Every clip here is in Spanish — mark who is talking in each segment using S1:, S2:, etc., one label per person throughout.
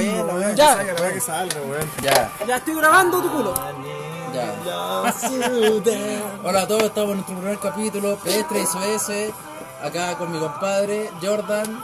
S1: que
S2: Ya.
S1: salga, la weá que salga, weón.
S3: Ya,
S2: Ya estoy grabando tu culo.
S3: ya.
S2: Hola,
S3: Hola a todos, estamos en nuestro primer capítulo, Pedestre y Suez, eh, acá con mi compadre, Jordan.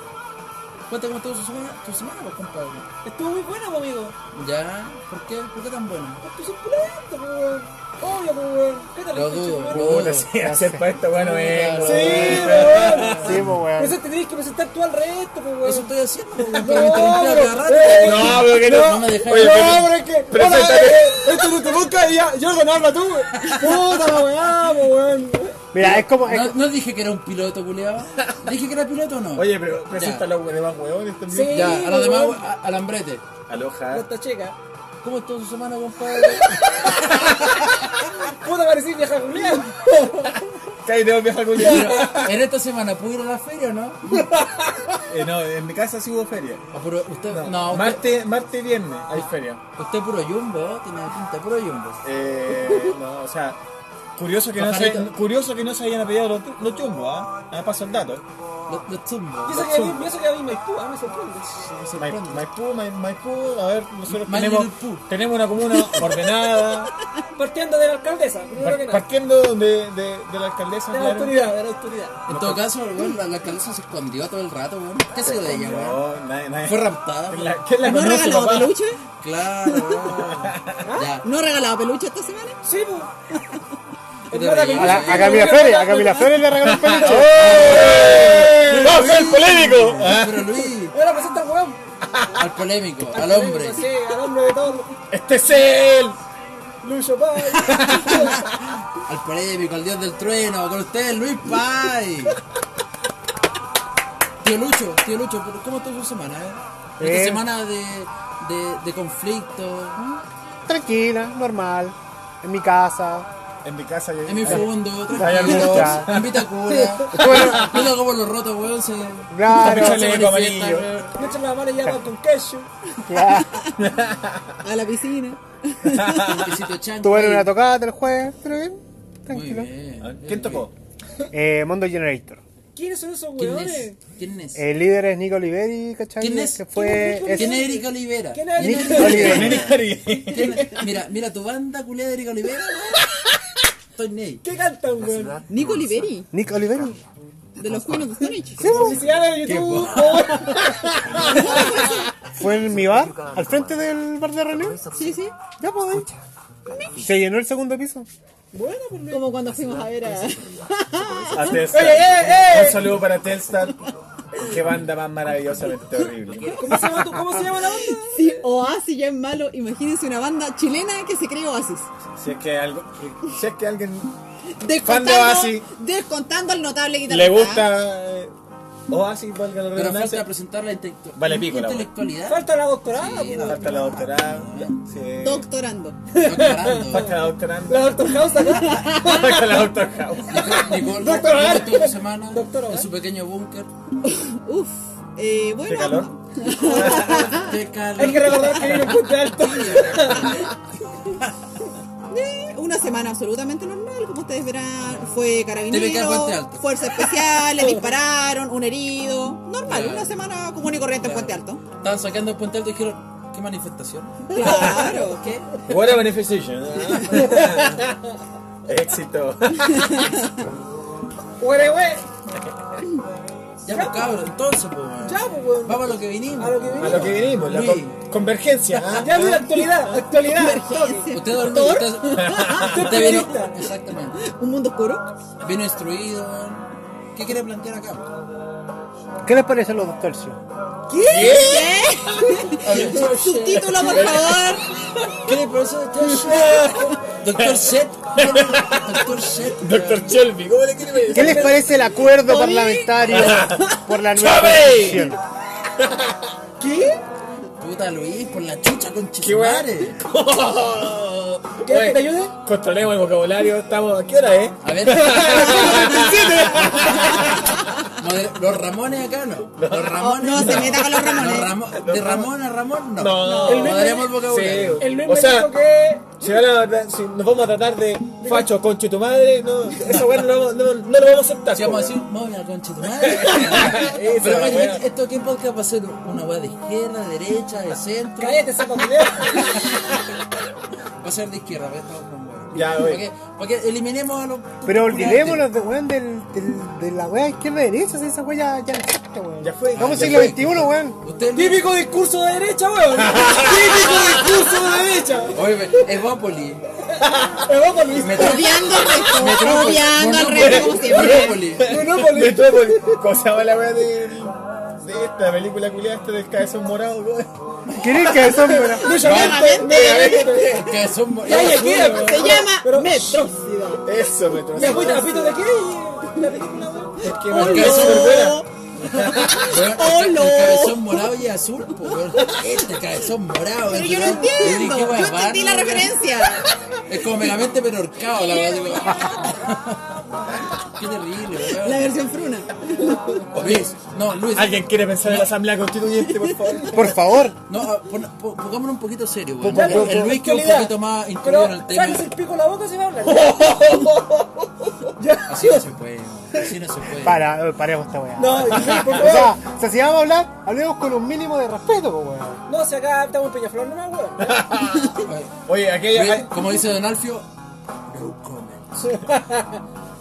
S3: Cuéntame cómo estuvo su semana, tu semana, pues, compadre.
S2: Estuvo muy buena, pues, amigo.
S3: Ya, ¿por qué? ¿Por qué tan bueno?
S2: Porque soy pulento, pues, weón. Obvio, pues, weón. ¿Qué tal?
S3: Lo
S2: concha
S3: dudo,
S2: de madre?
S3: lo dudo.
S1: Puta, sí, hacer para esta weá no es,
S3: Sí,
S2: Sí,
S1: weón.
S2: pues,
S1: Sí,
S2: weón.
S1: po, weón.
S2: Pero eso te tenías que presentar tú al resto, pues, weón.
S3: Eso estoy haciendo, pues, weón,
S2: No,
S3: pero me interrumpí a cada rato.
S1: eh.
S2: pero-
S3: weón.
S4: No, pero que no.
S3: me dejáis.
S4: Oye,
S2: no,
S4: pero-
S2: hombre, es que. Hola,
S4: preséntate.
S2: eh, esto no te busca y ya. Yo no habla tú, weón. Puta la weá, pues, weón.
S4: Mira, es como. es-
S3: No, no dije que era un piloto, culiado. Dije que era piloto o no.
S1: Oye, pero presenta a los demás weones también.
S2: Sí. pues,
S3: ya, a los
S2: weón.
S3: demás, a- alambrete.
S4: Aloha.
S2: Esta checa.
S3: ¿Cómo estuvo su semana, compadre?
S2: Puta, parecí vieja Julián.
S1: Cállate, vos, vieja culia.
S3: Pero, ¿En esta semana pudo ir a la feria o no?
S1: Eh, no, en mi casa sí hubo feria.
S3: Ah, pero usted, no, usted,
S1: Martes, martes y viernes hay feria.
S3: usted es puro jumbo, ¿eh? tiene pinta de puro jumbo.
S1: Eh, no, o sea, curioso que, no se,
S3: Pajarito.
S1: curioso que no se hayan apellado los, los chumbos, ¿ah? Ahí paso el dato.
S3: Los los zumbos.
S2: Y eso que a mí- y eso que a mí me estuvo, a mí me sorprende.
S3: Me
S1: Mai-
S3: sorprende.
S1: Maipú, Mai- Maipú, a ver, nosotros
S3: Maipú.
S1: tenemos, tenemos una comuna ordenada,
S2: Partiendo de la alcaldesa, primero que
S1: par-
S2: nada.
S1: partiendo de, de, de la alcaldesa.
S2: De la
S1: claro.
S2: autoridad, de la autoridad.
S3: En todo caso, weón, la, la alcaldesa se escondió todo el rato, weón. ¿Qué se de ella, weón?
S1: No, nadie, nadie.
S3: Fue raptada.
S1: ¿Quién
S3: weón.
S1: la, quién la
S5: ¿No ha
S1: conoce,
S5: regalado
S1: papá?
S5: peluche?
S3: Claro, weón. Ya.
S5: ¿No ha regalado peluche esta semana?
S2: Sí, pues.
S3: ¿Qué te
S2: Hermana,
S3: reí?
S2: que
S4: A, la, a
S2: Camila
S4: Camila
S2: Flores,
S4: Flores, a Camila Flores le regaló un peluche. ¡Baja el polémico!
S1: Ah.
S3: Pero Luis,
S2: Ahora presenta al weón.
S3: al polémico, al hombre.
S2: Sí, al hombre de todos.
S1: Este es él.
S2: Lucho Pai.
S3: Al polémico, al dios del trueno, con usted, Luis Pai. Tío Lucho, tío Lucho, pero ¿cómo estuvo su semana, eh? Esta
S4: Eh.
S3: semana de, de, de conflicto.
S4: Tranquila, normal. En mi casa.
S1: En mi casa
S3: En mi
S1: yo.
S3: fondo,
S1: Hay
S3: tranquilo,
S1: algo-
S4: Ya.
S3: invita cura. Mira cómo los rotos, weón, se,
S2: Ah,
S4: Claro,
S1: Caprichoso.
S3: se
S1: Chaleco
S3: manifiestan,
S1: amarillo.
S3: weón.
S2: Me echan la mano y llaman con queso.
S4: claro.
S5: A la piscina.
S3: Un pisito chancho
S4: Tuvieron
S3: ahí.
S4: una tocada del jueves, pero bien.
S3: Muy
S4: Tranquilo.
S3: bien.
S1: ¿Quién tocó?
S4: Eh, Mondo Generator.
S2: ¿Quiénes son esos
S3: ¿Quién
S2: weones?
S3: es? ¿Quién es?
S2: Eh,
S4: El líder es Nico Oliveri, ¿cachai?
S3: ¿Quién es?
S4: Que fue.
S2: ¿Quién es?
S4: es-
S3: ¿Quién es Erika Olivera?
S2: ¿Quién es
S3: ¿Quién
S2: Erika
S3: es
S2: Olivera?
S3: ¿Quién es? Mira, mira tu banda culiada de Erika Olivera, weón. Estoy Ney.
S2: ¿Qué cantan, weón?
S5: Nico Oliveri,
S4: Nico Oliveri.
S5: de los Queen of the Stone Age.
S2: Publicidad de YouTube.
S4: Fue en mi bar, al frente del bar de reunión.
S5: Sí, sí.
S4: Ya podéis. Se llenó el segundo piso.
S2: Bueno, pues me-
S5: Como cuando fuimos a ver a.
S1: A Telstar.
S2: Oye, eh, eh.
S1: Un saludo para Telstar. Qué banda más maravillosamente horrible.
S2: ¿Cómo se llama tu- ¿Cómo se llama la banda?
S5: Si Oasis ya es malo, imagínense una banda chilena que se cree Oasis.
S1: Si es que algo, si es que alguien Fan
S5: Descontando,
S1: de Oasis.
S5: descontando al notable guitarrista.
S1: le gusta eh, Oasis, valga la
S3: Pero falta
S1: redundancia,
S3: presentar la intelectu-
S1: Vale, pico, la
S3: intelectualidad.
S2: Falta la doctorada,
S3: Sí,
S2: pues.
S3: la-
S1: falta la doctorada. sí.
S5: Doctorando.
S3: Doctorando.
S1: Falta la doctoranda.
S2: La doctor House acá.
S1: Falta la doctor House.
S3: Nicole,
S2: Doctor
S3: ¿cómo
S2: Hogar.
S3: estuvo tu semana
S2: Doctor Hogar.
S3: en su pequeño búnker?
S5: Uf. Eh, bueno.
S1: ¿Qué calor?
S3: Qué calor.
S2: Hay que recordar que vino en Puente Alto.
S5: Eh, Una semana absolutamente normal, como ustedes verán. Fue
S3: TVK Puente Alto.
S5: carabinero, fuerzas especiales, dispararon, un herido. Normal, una semana común y corriente en Puente Alto.
S3: Estaban sacando el puente alto y dijeron, ¿qué manifestación?
S5: Claro, ¿qué?
S1: What a beneficiation. Éxito.
S2: Güere, güey.
S3: Ya, pues cabrón, entonces, pues. weón.
S2: Ya, pues, weón.
S3: Vamos a lo que vinimos.
S2: A lo que
S1: A
S2: vinimos.
S1: lo que vinimos, la
S3: Luis.
S1: con- convergencia. ¿ah?
S2: Ya, mira, actualidad, actualidad. toque.
S3: Usted dormido, usted, usted vino, exactamente,
S5: ¿Un mundo oscuro?
S3: vino instruido. ¿Qué quiere plantear acá?
S4: ¿Qué les parecen los dos tercios?
S5: ¿Qué? Subtítulo, por favor.
S3: ¿Qué le parece a usted? Doctor Set. Doctor Set.
S1: Doctor Shelby, ¿cómo le quiere decir?
S4: ¿Qué les parece el acuerdo
S5: Oye.
S4: parlamentario por la nueva
S1: ¡Chave!
S4: constitución?
S2: ¿Qué?
S3: Puta Luis, por la chucha con
S1: ¡Qué weá!
S3: chismare.
S2: ¿Quieres que te
S1: Oye,
S2: ayude?
S1: Controlemos el vocabulario, estamos. ¿A qué hora es?
S3: A ver. Moder- Los Ramones acá no. Los Ramones.
S5: No, se meta con los Ramones.
S3: Ramo- de Ramón a Ramón no.
S1: No.
S3: Moderemos el
S1: Sí.
S3: vocabulario.
S2: El Luis
S1: O
S2: me
S1: sea-
S2: dijo que Si, van a tra- si nos vamos a tratar de facho, conche tu madre, no, esa weá no, la vamos- no, no lo vamos a aceptar.
S3: Si vamos a
S2: po,
S3: decir, me voy a la concha de tu madre. Pero eh,
S2: la
S3: oye,
S2: weá.
S3: esto aquí en podcast va a ser una weá de izquierda, derecha, de centro.
S2: Cállate, saco culiao.
S3: Va a ser de izquierda, pero estamos con weá.
S2: Ya,
S3: Para
S2: güey.
S3: que- Para que eliminemos a los.
S4: Pero olvidemos los de weón del, del- de la wea izquierda derecha, si esa wea ya, ya no existe, weón.
S2: Ya fue.
S4: Vamos
S2: Ya
S4: siglo
S2: fue.
S4: XXI, weón.
S3: Ustedes no-
S2: Típico discurso de derecha, weón. Típico discurso de derecha.
S3: Oye, Evópoli.
S2: Evópolis.
S3: Metrópoli.
S5: Obviando al resto,
S3: Metrópoli.
S5: obviando al
S3: Monópolis.
S5: resto como siempre.
S3: Monópolis.
S2: Monópolis.
S1: Metrópolis. ¿Cómo se llama la weá de, de esta película culiada esta del cabezón morado? weón?
S4: ¿Quién es que eso, weón?
S1: Pues,
S2: Lucha Mente, Mega Mente.
S3: Que son. mo- eh,
S2: Ya, ya,
S3: Azul,
S2: queda,
S3: weón.
S5: Se llama Metro.
S1: Eso, Metro.
S2: ¿Me fuiste a pito de qué? La película, weón.
S1: Es que
S5: Oh,
S1: no,
S3: Que son
S5: no.
S3: Weón,
S5: Oh,
S3: el,
S5: no.
S3: ca- el cabezón morado y azul, po, weón. Este cabezón morado.
S5: Pero
S3: weón.
S5: yo no
S3: Yo dije,
S5: entiendo.
S3: qué
S5: Yo
S3: weá,
S5: entendí la
S3: weón.
S5: referencia.
S3: Es como megamente pero horcado la weá. digo. Qué terrible, weón. Oh,
S5: La versión fruna.
S3: Luis, no, Luis.
S1: ¿Alguien quiere pensar en la asamblea constituyente, por favor?
S4: Por favor.
S3: No, ah, pon- po- pongámonos un poquito serio, weón.
S4: po- po-
S3: El Luis que es un
S2: actualidad.
S3: poquito más incluido en el
S2: Pero
S3: tema.
S2: sáquese el pico de la boca y se va a hablar.
S3: Así no se puede, weón. así no se puede.
S4: Para, eh, paremos esta wea.
S2: No, por
S4: O
S2: favor.
S4: sea, o sea, si vamos a hablar, hablemos con un mínimo de respeto, po, weón.
S2: No, si acá estamos en Peñaflor nomás, weón.
S3: Oye,
S1: Oye, aquella.
S3: Luis, como dice Don Alfio, no comment.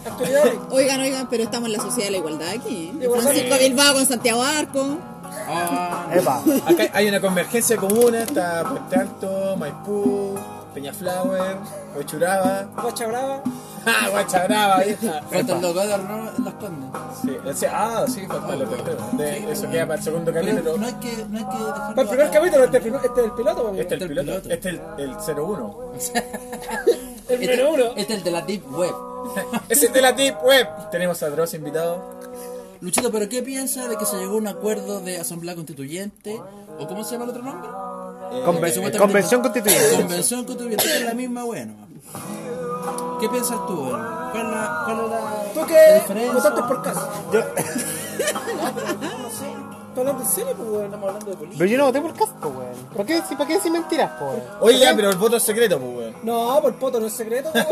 S2: Actualidad.
S5: Oigan, oigan, pero estamos en la sociedad de la igualdad aquí.
S2: Igualdad.
S5: Francisco Bilbao con Santiago Arco.
S3: Ah,
S4: Epa.
S1: Acá hay una convergencia común, está Puente Alto, Maipú, Peñaflower, Huechuraba,
S2: Guacha brava.
S1: ¡ah, Guachabrava, vieja!
S3: falta el loco de Arnaud en las condes.
S1: Sí, ese- ah, sí, falta lo de, Eso queda para el segundo
S3: Pero
S1: capítulo.
S3: no hay que, no hay que dejarlo.
S2: Para el primer
S3: acá.
S2: capítulo, este, es el prim- este es el piloto, weón.
S1: Este es el
S3: Este el
S1: piloto,
S3: piloto.
S1: este es el, el 01.
S2: El número uno.
S3: Este es el de la Deep Web.
S1: Ese es de la Deep Web. Tenemos a Dross invitado.
S3: Luchito, ¿pero qué piensa de que se llegó a un acuerdo de asamblea constituyente? ¿O cómo se llama el otro nombre?
S1: Eh,
S4: Conven-
S1: eh,
S3: supuestamente-
S4: convención constituyente.
S3: Convención constituyente es la misma, bueno. ¿Qué piensas tú, hermano? ¿Cuál es la, cuál es la,
S2: ¿Tú
S3: la
S2: qué
S3: diferencia?
S2: votaste por caso? Yo. no sé. ¿Estás hablando en serio, pues, weón? Estamos hablando de política.
S4: Pero yo no voté por casco, weón. ¿Para qué, si- ¿Para qué decir mentiras, po, weón?
S1: Oye, ya, pero el voto es secreto, pues, weón.
S2: No, por poto no es secreto. weón.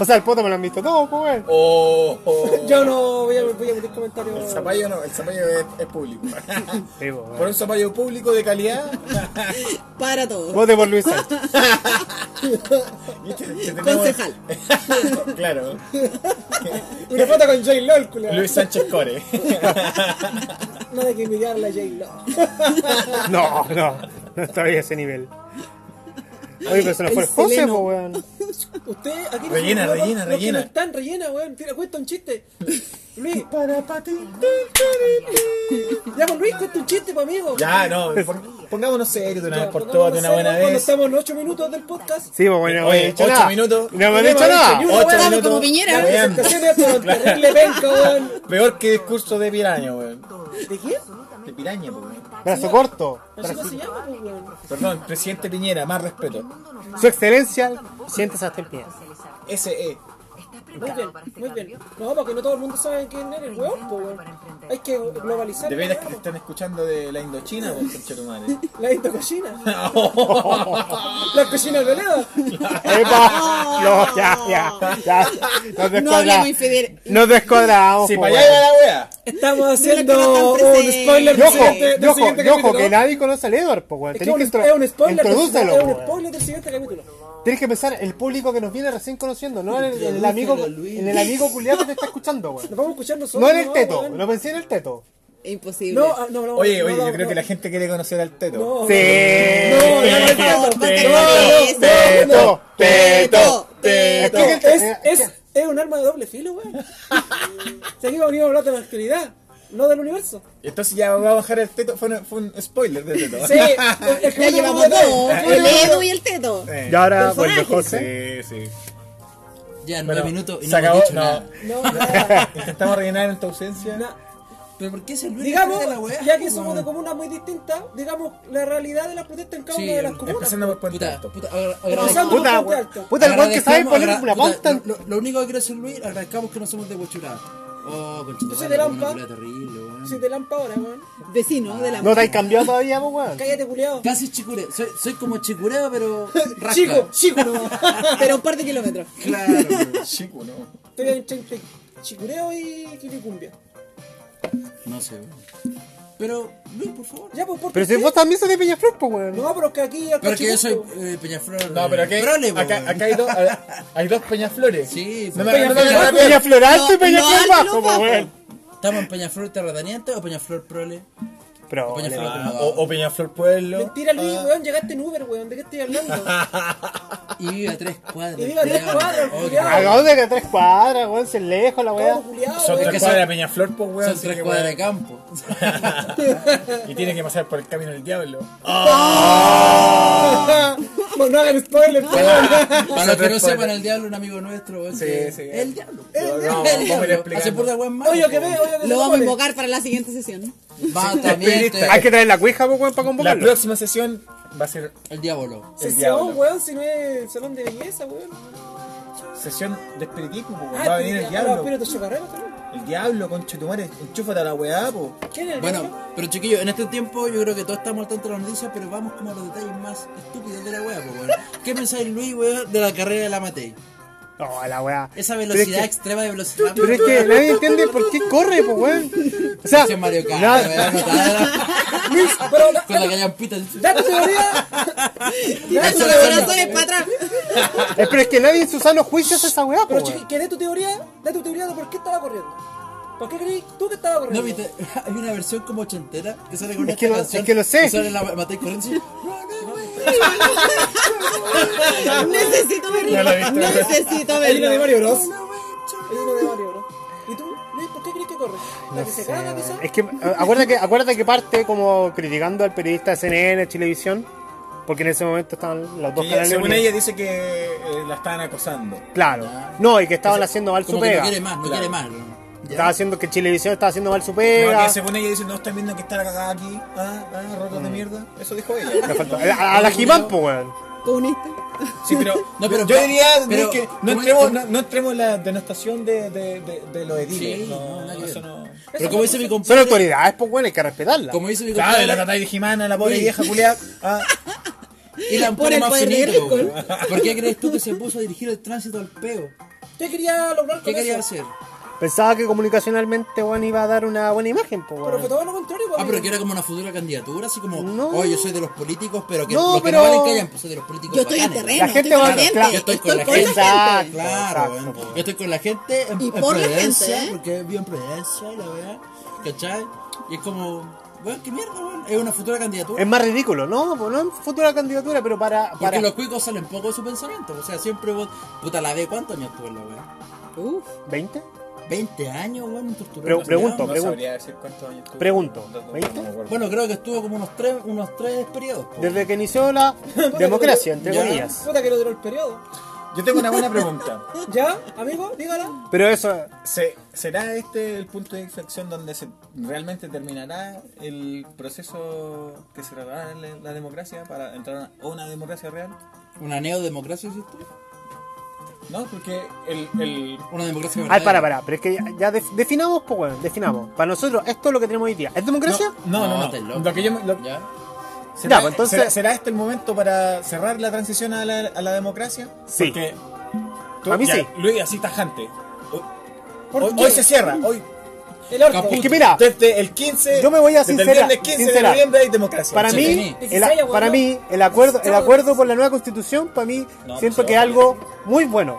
S4: O sea, el poto me lo han visto todo, po, weón.
S1: Oh, oh.
S2: Yo no voy a, voy a meter
S1: El
S2: comentarios.
S1: zapallo no, el zapallo es, es público.
S4: Sí, po, weón.
S1: Por un zapallo público de calidad.
S5: Para todos.
S4: Vote por Luis Sánchez.
S1: y te- te tenemos-
S5: Concejal.
S1: claro.
S2: Una foto con J. LOL, culo.
S1: Luis Sánchez Core.
S2: No hay que envidiarle a J. LOL.
S4: No, no. No estoy a ese nivel. Oye, pero se nos fue
S5: El
S4: el José,
S5: chileno.
S4: po, weón.
S2: Usted aquí
S1: Rellena,
S2: no se
S1: rellena,
S2: los que
S1: rellena.
S2: no están rellena, weón. Tira, cuenta un chiste. Luis, ya con Luis, cuenta un chiste, pa' amigo.
S1: Ya, no, pon- pongámonos serios de una vez por
S2: Pongámonos
S1: todas, de una
S2: serios
S1: buena
S2: Cuando
S1: vez.
S2: estamos en 8 minutos del podcast.
S4: Sí, po, weón. No
S1: Oye,
S4: me he dicho
S1: ocho
S4: nada.
S1: minutos.
S4: No me he
S2: No
S4: dicho
S2: hemos dicho
S4: nada.
S2: ni una.
S1: Ocho
S5: Estamos
S1: minutos,
S5: como Piñera.
S2: La
S1: weón.
S2: presentación es por terrible penca, weón.
S1: Peor que discurso de piraña, weón.
S2: ¿De quién?
S1: De piraña, pues, weón.
S4: Brazo corto.
S2: Así no se llama, pues, weón.
S1: Perdón, presidente Piñera, más respeto.
S4: Su excelencia, el presidente Sebastián Piñera.
S1: SE.
S2: Muy bien, muy bien. No, porque no todo el mundo sabe quién eres, weón, pues, weón. Hay que globalizar.
S1: De veras que
S2: weón.
S1: te están escuchando de la Indochina, vos, conchetumare.
S2: La indococina. La cocina de Leo.
S4: ¡Epa! No, ya, ya, ya. Nos
S5: No hablemos
S4: descuadramos.
S5: infidel.
S4: Nos descuadramos,
S1: Si
S4: po,
S1: para allá
S4: weón.
S1: iba la wea.
S2: Estamos
S5: no
S2: haciendo
S5: están
S2: un
S5: presentes.
S2: spoiler
S4: Y
S2: del
S4: ojo,
S2: siguiente,
S4: y
S2: del
S4: ojo,
S2: siguiente
S4: y ojo,
S2: capítulo.
S4: que nadie conoce al Edward, po, weón.
S2: Es
S4: Tenés
S2: que
S4: que
S2: es un, es un
S4: intro-
S2: spoiler, del-
S4: introdúcelo,
S2: es
S4: po,
S2: un
S4: weón.
S2: spoiler del siguiente capítulo.
S4: Tienes que pensar el público que nos viene recién conociendo, no en el, en el amigo,
S3: Luis.
S4: en el amigo culiado que te está escuchando, weón.
S2: Nos vamos a escuchar nosotros.
S4: No en el teto,
S2: weón.
S4: no pensé en el teto.
S5: Imposible.
S2: No, ah, no, no,
S1: Oye,
S2: no,
S1: oye,
S2: no,
S1: yo creo
S2: no.
S1: que la gente quiere conocer al teto.
S2: No,
S4: Sí.
S2: no, no, no,
S5: Por favor,
S2: no,
S5: mantengan eso.
S4: Teto,
S5: Teto,
S4: teto,
S5: teto.
S4: teto.
S2: Es, es, es un arma de doble filo, weón. Si aquí venimos a hablar de la oscuridad, no del universo.
S1: Entonces ya vamos a bajar el teto. Fue un, fue un spoiler de teto.
S2: Sí, el- el
S5: Ya
S2: capítulo
S5: llevamos
S2: número
S5: dos.
S2: dos.
S5: El Edu y el Teto.
S1: Eh,
S4: Y ahora
S5: Personajes.
S4: vuelve José.
S1: Sí, sí.
S3: Ya, nueve
S1: Bueno,
S3: minutos y
S1: se
S3: no hemos
S1: acabó.
S3: dicho
S1: No.
S3: nada.
S2: No, nada,
S1: Intentamos rellenar en tu ausencia.
S2: nada.
S3: ¿Pero por qué se Luis
S2: Digamos,
S3: de la weá?
S2: ya que somos de
S3: Puta,
S2: comunas muy distintas, digamos la realidad de las protestas en cada
S3: Sí,
S2: una de las comunas.
S1: Empezando por Puente Alto.
S3: puta, agra-
S2: Empezando por
S3: agradezcamos-
S4: Puta,
S2: Puente
S4: weón.
S2: Alto.
S4: Puta, el weón que sabe
S3: agradezcamos-
S4: poner
S3: agra-
S4: una
S3: puta,
S4: pauta.
S3: Lo, lo único que quiero decir, Luis, agradezcamos que no somos de Huachuraba. Oh, conchito.
S2: Yo soy de Lampa.
S3: terrible, weón.
S2: Si te lampa ahora, weón.
S5: Vecino de la.
S4: No te has cambiado todavía, pues, weón.
S2: Cállate, culiao.
S3: Casi chicureo. Soy, soy como chicureo, pero. rasca.
S2: Chico, chico, no.
S5: Pero un par de kilómetros.
S3: Claro, weón.
S1: Chico, pues, no.
S2: Estoy entre chicureo y quiricumbia.
S3: No sé, weón. Pero, Luis, por favor.
S2: Ya, pues, ¿por
S4: Pero
S2: qué?
S4: si vos también sos de Peñaflor, pues, weón.
S2: No, pero es que aquí... acá
S3: Pero es que yo soy
S2: Chibuco.
S3: eh, Peñaflor.
S1: No, pero aquí,
S3: eh, Prole, po,
S1: acá,
S3: weón.
S1: acá hay, dos, hay dos peñaflores.
S3: Sí, pues.
S1: no
S3: po.
S1: me no me-
S4: Peñaflor-
S1: no me-
S4: Peñaflor alto y
S5: No, no,
S4: Peñaflor
S5: alto,
S4: bajo, pues,
S5: bajo.
S4: weón.
S3: ¿Estamos en Peñaflor Terrateniente o Peñaflor Prole?
S4: Pero,
S3: Peñaflor
S1: Ah,
S3: Prole.
S1: o, o Peñaflor Pueblo.
S2: Mentira,
S1: Ah.
S2: Luis, weón. Llegaste en Uber, weón. ¿De qué estoy hablando?
S3: Y vive a tres cuadras.
S2: Y vive a tres
S3: culiao.
S2: cuadras,
S3: Oh,
S2: culiao.
S3: qué-
S4: acabamos Ah, de que a tres cuadras, weón, se lejos la weá.
S2: Todo Oh, culiao,
S1: Son
S2: weón.
S1: tres
S3: que
S1: cuadras de
S3: son-
S1: Peñaflor, pues, weón.
S3: Son
S1: así
S3: tres
S1: que,
S3: cuadras de
S1: weón.
S3: campo.
S1: Y tiene que pasar por el camino del diablo.
S2: Bueno, no hagan spoiler, weón.
S3: Para los que no
S1: tres cuadras.
S3: sepan, el diablo es un amigo nuestro. weón,
S1: Sí,
S3: que-
S1: sí.
S3: El diablo.
S1: No,
S3: El
S1: no,
S3: diablo.
S1: vamos a ir
S3: El diablo. Hace
S1: explicando.
S3: pura weón más.
S2: Oye, que ve, oye, que
S5: Lo vamos a
S2: ve.
S5: invocar para la siguiente sesión.
S3: Bata, miente.
S4: Hay que traer la cuija, pues, weón, para
S1: La
S4: convocarlo.
S1: próxima sesión va a ser
S3: El diablo.
S1: diablo.
S2: Sesión, weón, si no es salón de belleza, weón.
S1: sesión de espiritismo, po.
S2: Ah,
S1: va a venir el
S2: pero- ah, no,
S1: diablo.
S2: espérate, chocarreros también.
S1: El diablo, conche tu madre, enchúfate a la weá, po.
S2: ¿Quién es el diablo?
S3: Bueno, pero chiquillos, en este tiempo yo creo que todos estamos al tanto de las noticias, pero vamos como a los detalles más estúpidos de la wea, pues, weón. ¿Qué pensáis, Luis, weón, de la carrera de la Matei?
S4: No, la weá.
S3: Esa
S4: Pero es
S3: velocidad
S4: que-
S3: extrema de velocidad.
S4: Pero es que nadie entiende por qué corre, pues, weón. O sea,
S3: Ese Mario Kart,
S4: na-
S3: weón, anotada,
S2: Luis, Ah, pero la-
S3: Con la gallampita. el-
S2: da tu teoría.
S5: Tira
S3: Eso
S5: los
S3: es sano.
S5: corazones para atrás.
S4: es- pero es que nadie en su sano juicio hace esa weá,
S2: Pero
S4: pues,
S2: chiqui,
S4: weón.
S2: que dé tu teoría, da tu teoría de por qué estaba corriendo. ¿Por qué creí tú que estaba corriendo?
S3: No, viste, hay una versión como ochentera que sale con
S4: Es
S3: esta
S4: que lo-
S3: canción,
S4: es que lo sé.
S3: Que sale la Matei corriendo y dice,
S5: Necesito
S1: No la he
S5: verlo.
S1: visto.
S5: Necesito
S2: Hay uno de
S5: verlo.
S2: Mario Bros. Hay uno de Mario Bros. ¿Y tú, Luis, por qué crees que corre? ¿La que se
S4: Sí,
S2: caga, quizás?
S4: weón. Es que eh, acuérdate que acuérdate que parte como criticando al periodista de CNN, Televisión, porque en ese momento estaban los dos
S1: Que ella-
S4: canales.
S1: según
S4: unidos.
S1: ella dice que eh, la estaban acosando.
S4: Claro. No, y que estaban haciendo mal su
S3: Ah. como que no
S4: pega.
S3: quiere más, no
S1: Claro.
S3: quiere más. ¿no?
S4: Estaba haciendo que Chilevisión estaba haciendo mal su
S1: No,
S4: pega.
S1: que según ella dice, no están viendo que está la cagada aquí. Ah, ah, rotos de mierda. Eso dijo ella.
S4: Le faltó- A, a la Jimán, pues, weón.
S5: Comunista.
S1: Sí, pero,
S3: No, pero-
S1: yo diría
S3: pero-
S1: Luis, que
S3: ¿cómo
S1: no
S3: es-
S1: entremos,
S3: cómo-
S1: no, no entremos en la denostación de, de, de, de los ediles.
S3: Sí,
S1: no,
S3: no, nada que
S1: eso
S3: ver.
S1: no.
S3: Pero como dice mi
S4: Son
S3: compadre,
S4: autoridades, pues, weón, hay que respetarlas.
S3: como dice mi
S1: Claro, la
S3: compadre,
S1: catáis de Jimana, la pobre
S3: Uy.
S1: vieja culiá. Ah,
S3: y la
S5: Por el
S3: más
S5: poder
S3: finito,
S5: del
S3: weón. ¿Por qué crees tú que se puso a dirigir el tránsito al peo?
S2: ¿Qué quería lograr con
S3: ¿Qué quería
S2: eso?
S3: hacer?
S4: Pensaba que comunicacionalmente, weón, iba a dar una buena imagen, pues,
S2: Pero fue
S4: weón.
S2: todo lo contrario,
S3: Ah, pero que
S2: amigo.
S3: era como una futura candidatura, así como,
S4: No.
S3: oh, yo soy de los políticos, pero que
S4: No,
S3: los que
S4: pero-
S3: no valen callan, pues soy de los políticos
S5: Yo estoy en este
S3: bacanes,
S5: terreno.
S4: La gente
S5: estoy con
S4: va- claro,
S3: yo estoy con la
S5: esa
S3: gente.
S4: Exacto.
S3: Claro,
S4: Exacto,
S3: weón.
S4: po.
S3: yo estoy con la gente en,
S5: Y
S3: en
S5: por la
S3: Providencia,
S5: gente, ¿eh?
S3: porque vivo en Providencia, y la verdad, ¿cachai? Y es como, weón, qué mierda, weón, es una futura candidatura.
S4: Es más ridículo, ¿no? Pues, no en futura candidatura, pero para.
S3: porque
S4: para...
S3: los cuicos salen poco de su pensamiento, o sea, siempre vos, puta, la ve, ¿cuántos años tuvo la weón?
S5: Uf.
S4: ¿20?
S3: 20 años, weón, torturado.
S4: Pre- pregunto,
S1: no
S3: culiao.
S4: pregunto.
S1: sabría decir cuántos años tuvo.
S4: Pregunto,
S1: No, no, no me
S4: ¿veinte?
S1: acuerdo.
S3: Bueno, creo que estuvo como unos tres, unos tres periodos. po.
S4: Desde que inició la democracia, entre
S3: Ya.
S4: comillas.
S2: Puta que no duró el periodo.
S1: Yo tengo una buena pregunta.
S2: ¿Ya, amigo? Dígala.
S4: Pero eso.
S1: ¿Se- ¿Será este el punto de inflexión donde se realmente terminará el proceso que cerrará la, la democracia para entrar a una democracia real?
S3: ¿Una neodemocracia, ¿sí tú?
S1: No, porque el, el-
S3: Una democracia
S4: Ay,
S3: verdadera.
S4: para, para. Pero es que ya, ya def- definamos, pues, weón, definamos. Para nosotros, esto es lo que tenemos hoy día. ¿Es democracia?
S1: No, no, no.
S3: estás loco.
S1: Lo que yo me- lo-
S3: ¿Ya?
S1: ¿será,
S4: Ya, pues, entonces-
S1: será- será este el momento para cerrar la transición a la, a la democracia?
S4: Sí.
S1: Porque
S4: Para mí
S1: ya,
S4: sí.
S1: Luis, así tajante.
S2: ¿Por
S1: Hoy,
S2: qué?
S1: hoy se cierra. Hoy,
S2: El orto.
S3: Caput.
S4: Es que mira,
S1: desde el 15.
S4: Yo me voy a
S1: desde el
S4: sincerar,
S1: viernes 15
S4: sincerar.
S1: de noviembre hay democracia.
S4: Para
S3: Sí,
S4: mí,
S3: sí.
S4: el,
S2: 16,
S4: para
S2: weón.
S4: mí, el acuerdo, el
S2: Estamos-
S4: acuerdo por la nueva constitución, para mí,
S1: No,
S4: siento
S1: pues,
S4: que es algo muy bueno.